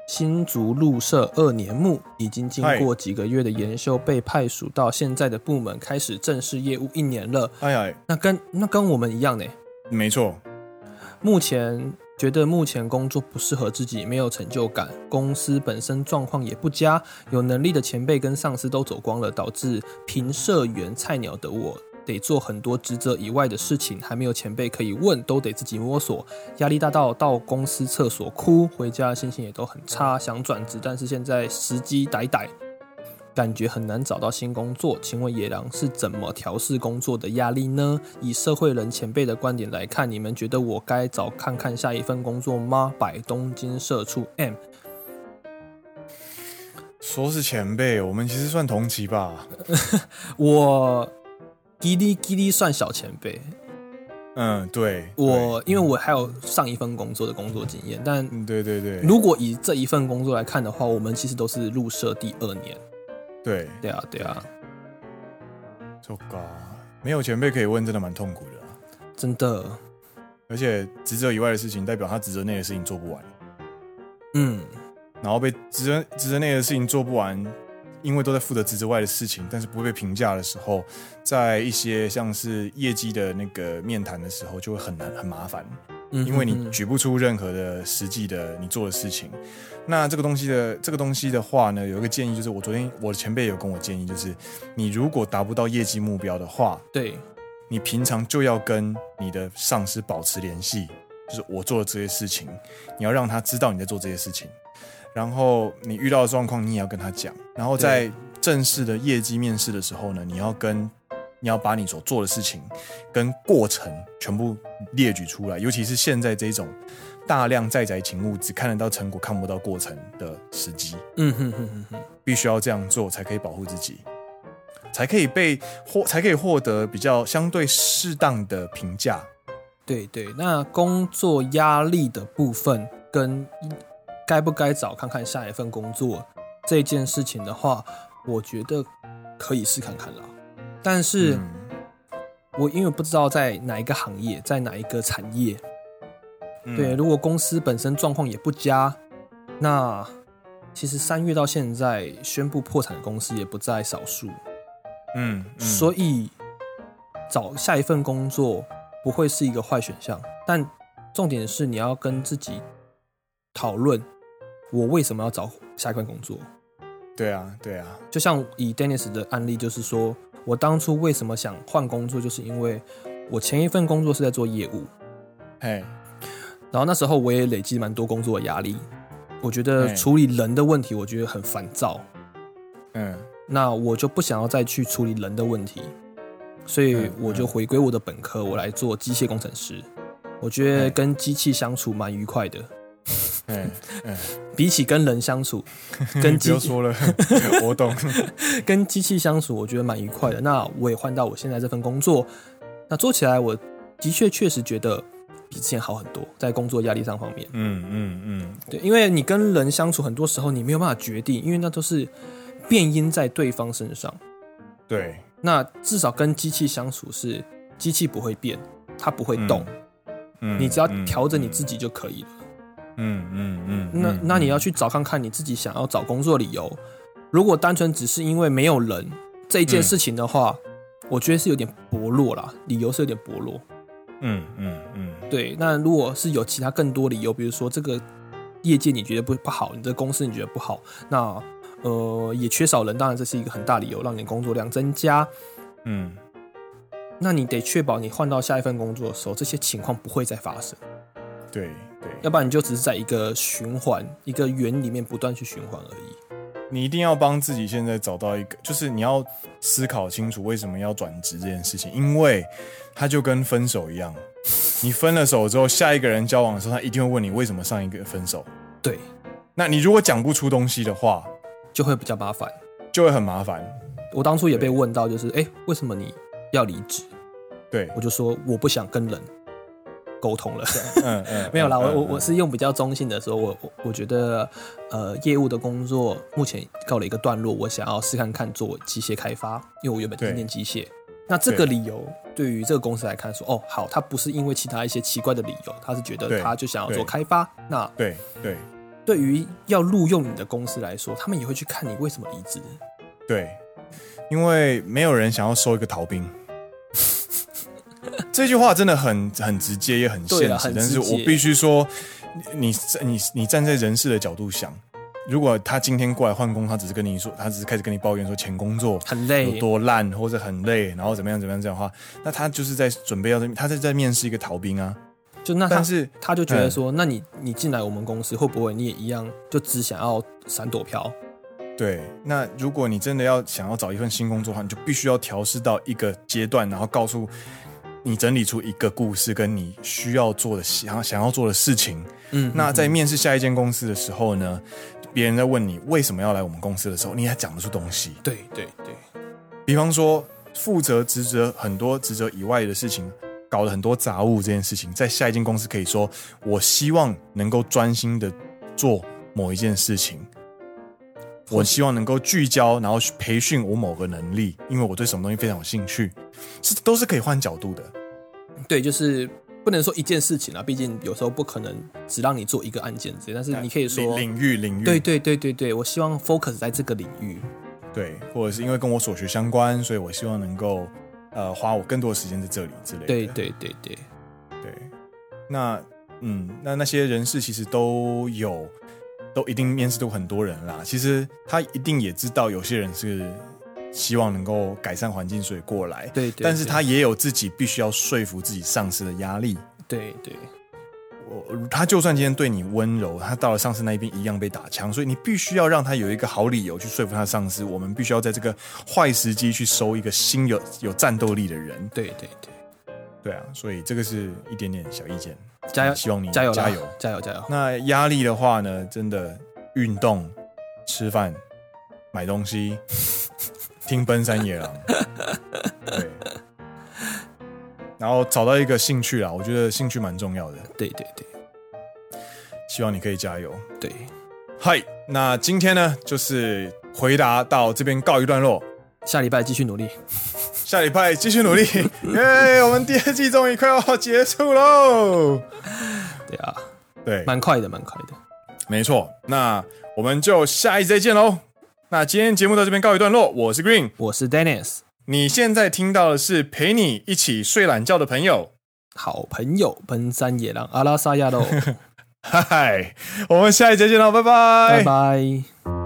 Speaker 2: 新竹入社二年目，已经经
Speaker 1: 嗨
Speaker 2: 过几个月的研修，被派属到现在的部门，开始正式业务一年了。
Speaker 1: 嗨嗨，
Speaker 2: 那跟那跟我们一样呢，
Speaker 1: 没错，
Speaker 2: 目前觉得目前工作不适合自己，没有成就感，公司本身状况也不佳，有能力的前辈跟上司都走光了，导致平社员菜鸟的我。得做很多职责以外的事情，还没有前辈可以问，都得自己摸索。压力大到到公司厕所哭，回家心情也都很差，想转职，但是现在时机歹歹，感觉很难找到新工作。请问野狼是怎么调试工作的压力呢？以社会人前辈的观点来看，你们觉得我该找看看下一份工作吗？百东京社畜 M，
Speaker 1: 说是前辈，我们其实算同期吧，
Speaker 2: 我叽哩叽哩算小前辈，
Speaker 1: 嗯，对，嗯
Speaker 2: 我因为我还有上一份工作的工作经验，但
Speaker 1: 对，嗯，对对对，
Speaker 2: 如果以这一份工作来看的话，我们其实都是入社第二年。
Speaker 1: 对，
Speaker 2: 对啊，对啊，
Speaker 1: 糟糕，没有前辈可以问，真的蛮痛苦的啊、
Speaker 2: 真的，
Speaker 1: 而且职责以外的事情，代表他职责内的事情做不完，
Speaker 2: 嗯，
Speaker 1: 然后被职责职责内的事情做不完，因为都在负责职责外的事情，但是不被评价的时候，在一些像是业绩的那个面谈的时候，就会很难很麻烦，
Speaker 2: 嗯
Speaker 1: 因为你
Speaker 2: 嗯
Speaker 1: 举不出任何的实际的你做的事情。那这个东西的这个东西的话呢，有一个建议就是，我昨天我的前辈有跟我建议，就是你如果达不到业绩目标的话，
Speaker 2: 对，
Speaker 1: 你平常就要跟你的上司保持联系，就是我做的这些事情，你要让他知道你在做这些事情，然后你遇到的状况你也要跟他讲，然后在正式的业绩面试的时候呢，你要跟你要把你所做的事情跟过程全部列举出来，尤其是现在这种大量在宅勤务，只看得到成果看不到过程的时机，
Speaker 2: 嗯哼哼哼哼，
Speaker 1: 必须要这样做才可以保护自己，才可以被获，才可以获得比较相对适当的评价。
Speaker 2: 对对。那工作压力的部分跟该不该找看看下一份工作这件事情的话，我觉得可以试看看啦。但是、
Speaker 1: 嗯
Speaker 2: 我因为不知道在哪一个行业，在哪一个产业，
Speaker 1: 嗯
Speaker 2: 对，如果公司本身状况也不佳，那其实三月到现在宣布破产的公司也不在少数，
Speaker 1: 嗯，嗯
Speaker 2: 所以找下一份工作不会是一个坏选项。但重点是你要跟自己讨论，我为什么要找下一份工作？
Speaker 1: 对啊，对啊，
Speaker 2: 就像以 Dennis 的案例，就是说我当初为什么想换工作，就是因为我前一份工作是在做业务，
Speaker 1: 嘿，
Speaker 2: 然后那时候我也累积蛮多工作的压力，我觉得
Speaker 1: 嗯
Speaker 2: 处理人的问题，我觉得很烦躁。
Speaker 1: 嗯
Speaker 2: 那我就不想要再去处理人的问题，所以
Speaker 1: 嗯
Speaker 2: 我就
Speaker 1: 嗯
Speaker 2: 回归我的本科，我来做机械工程师。我觉得
Speaker 1: 嗯
Speaker 2: 跟机器相处蛮愉快的， [laughs]
Speaker 1: 嗯，
Speaker 2: 比起跟人
Speaker 1: [laughs]
Speaker 2: 相处，跟
Speaker 1: 不
Speaker 2: 机
Speaker 1: 要说了， [laughs] 我懂。
Speaker 2: [laughs] 跟机器相处，我觉得蛮愉快的。那我也换到我现在这份工作，那做起来我的确确实觉得比之前好很多，在工作压力上方面。
Speaker 1: 嗯嗯嗯，
Speaker 2: 对，因为你跟人相处，很多时候你没有办法决定，因为那都是变因在对方身上。
Speaker 1: 对，
Speaker 2: 那至少跟机器相处是，机器不会变，它不会动，
Speaker 1: 嗯
Speaker 2: 你只要调整你自
Speaker 1: 己。
Speaker 2: 己就可以了。
Speaker 1: 嗯嗯嗯，
Speaker 2: 那
Speaker 1: 嗯
Speaker 2: 那你要去找看看你自己想要找工作理由。如果单纯只是因为没有人这一件
Speaker 1: 嗯
Speaker 2: 事情的话，我觉得是有点薄弱啦，理由是有点薄弱。
Speaker 1: 嗯嗯嗯
Speaker 2: 对，那如果是有其他更多理由，比如说这个业界你觉得不不好，你这个公司你觉得不好，那呃也缺少人，当然这是一个很大理由，让你工作量增加。
Speaker 1: 嗯
Speaker 2: 那你得确保你换到下一份工作的时候，这些情况不会再发生，
Speaker 1: 嗯，对对，
Speaker 2: 要不然你就只是在一个循环、一个圆里面不断去循环而已。
Speaker 1: 你一定要帮自己现在找到一个，就是你要思考清楚为什么要转职这件事情，因为它就跟分手一样，你分了手之后，下一个人交往的时候，他一定会问你为什么上一个分手。
Speaker 2: 对，
Speaker 1: 那你如果讲不出东西的话，
Speaker 2: 就会比较麻烦。 [laughs]
Speaker 1: 就会很麻烦。
Speaker 2: 我当初也被问到，就是哎、诶为什么你要离职？
Speaker 1: 对，
Speaker 2: 我就说我不想跟人沟通了。
Speaker 1: 嗯嗯，
Speaker 2: 没有啦，
Speaker 1: 嗯
Speaker 2: 我我
Speaker 1: 嗯
Speaker 2: 我是用比较中性的说，我我我觉得，呃，业务的工作目前告了一个段落，我想要试看看做机械开发，因为我原本是
Speaker 1: 对
Speaker 2: 念机械。那这个理由对于这个公司来看说，哦，好，他不是因为其他一些奇怪的理由，他是觉得
Speaker 1: 对
Speaker 2: 他就想要
Speaker 1: 对
Speaker 2: 做开发。那
Speaker 1: 对对
Speaker 2: 对于要录用你的公司来说，他们也会去看你为什么离职。 [laughs]
Speaker 1: 对，因为没有人想要收一个逃兵。这句话真的很很直接，也很
Speaker 2: 对
Speaker 1: 现
Speaker 2: 啊
Speaker 1: 实，
Speaker 2: 很
Speaker 1: 但
Speaker 2: 直
Speaker 1: 是我
Speaker 2: 接
Speaker 1: 必须说，你你你你站在人事的角度想，如果他今天过来换工，他只是跟你说，他只是开始跟你抱怨说前工作
Speaker 2: 很
Speaker 1: 有
Speaker 2: 累，
Speaker 1: 多烂，或者很累，然后怎么样怎么样这样的话，那他就是在准备要他在在面试一个逃兵啊。
Speaker 2: 就那他
Speaker 1: 但是
Speaker 2: 他就觉得
Speaker 1: 嗯
Speaker 2: 说，那你你进来我们公司会不会你也一样，就只想要闪躲飘？
Speaker 1: 对，那如果你真的要想要找一份新工作的话，你就必须要调试到一个阶段，然后告诉你整理出一个故事，跟你需要做的想要想要做的事情。
Speaker 2: 嗯，
Speaker 1: 那在
Speaker 2: 嗯
Speaker 1: 面试下一间公司的时候呢，别人在问你为什么要来我们公司的时候，你还讲得出东西。
Speaker 2: 对对对，
Speaker 1: 比方说，负责职责很多职责以外的事情，搞了很多杂物这件事情，在下一间公司可以说，我希望能够专心的做某一件事情，我希望能够聚焦，然后去培训我某个能力，因为我对什么东西非常有兴趣，是都是可以换角度的。
Speaker 2: 对，就是不能说一件事情啊，毕竟有时候不可能只让你做一个案件之类，但是你可以说，
Speaker 1: 领领域领域
Speaker 2: 对对对对对，我希望 focus 在这个领域。
Speaker 1: 对，或者是因为跟我所学相关，所以我希望能够呃花我更多的时间在这里之类的。
Speaker 2: 对对对对，
Speaker 1: 对，那嗯，那那些人士其实都有，都一定面试都很多人啦。其实他一定也知道有些人是希望能够改善环境，所以过来。
Speaker 2: 对对，
Speaker 1: 但是
Speaker 2: 对
Speaker 1: 他也有自己必须要说服自己上司的压力。
Speaker 2: 对对
Speaker 1: 我他就算今天对你温柔，他到了上司那一边一样被打枪，所以你必须要让他有一个好理由去说服他的上司。我们必须要在这个坏时机去收一个新有有战斗力的人。
Speaker 2: 对对对，
Speaker 1: 对啊，所以这个是一点点小意见，
Speaker 2: 加油
Speaker 1: 希望你
Speaker 2: 加油啦
Speaker 1: 加油。
Speaker 2: 加油加油！
Speaker 1: 那压力的话呢，真的运动、吃饭、买东西、 [laughs] 听奔山野狼，对，然后找到一个兴趣啦，我觉得兴趣蛮重要的，
Speaker 2: 对对对
Speaker 1: 希望你可以加油。
Speaker 2: 对，
Speaker 1: 嗨，那今天呢，就是回答到这边告一段落，
Speaker 2: 下礼拜继续努力。
Speaker 1: 下礼拜继续 [laughs] 努力，耶！我们第二季终于快要结束喽，
Speaker 2: 对啊，
Speaker 1: 对，
Speaker 2: 蛮快的，蛮快的。
Speaker 1: 没错，那我们就下一集再见喽。那今天节目到这边告一段落，我是 Green，
Speaker 2: 我是 Dennis，
Speaker 1: 你现在听到的是陪你一起睡懒觉的朋友，
Speaker 2: 好朋友奔山野
Speaker 1: [laughs]
Speaker 2: 狼阿拉萨亚喽，
Speaker 1: 嗨，我们下一集见喽，拜拜
Speaker 2: 拜拜。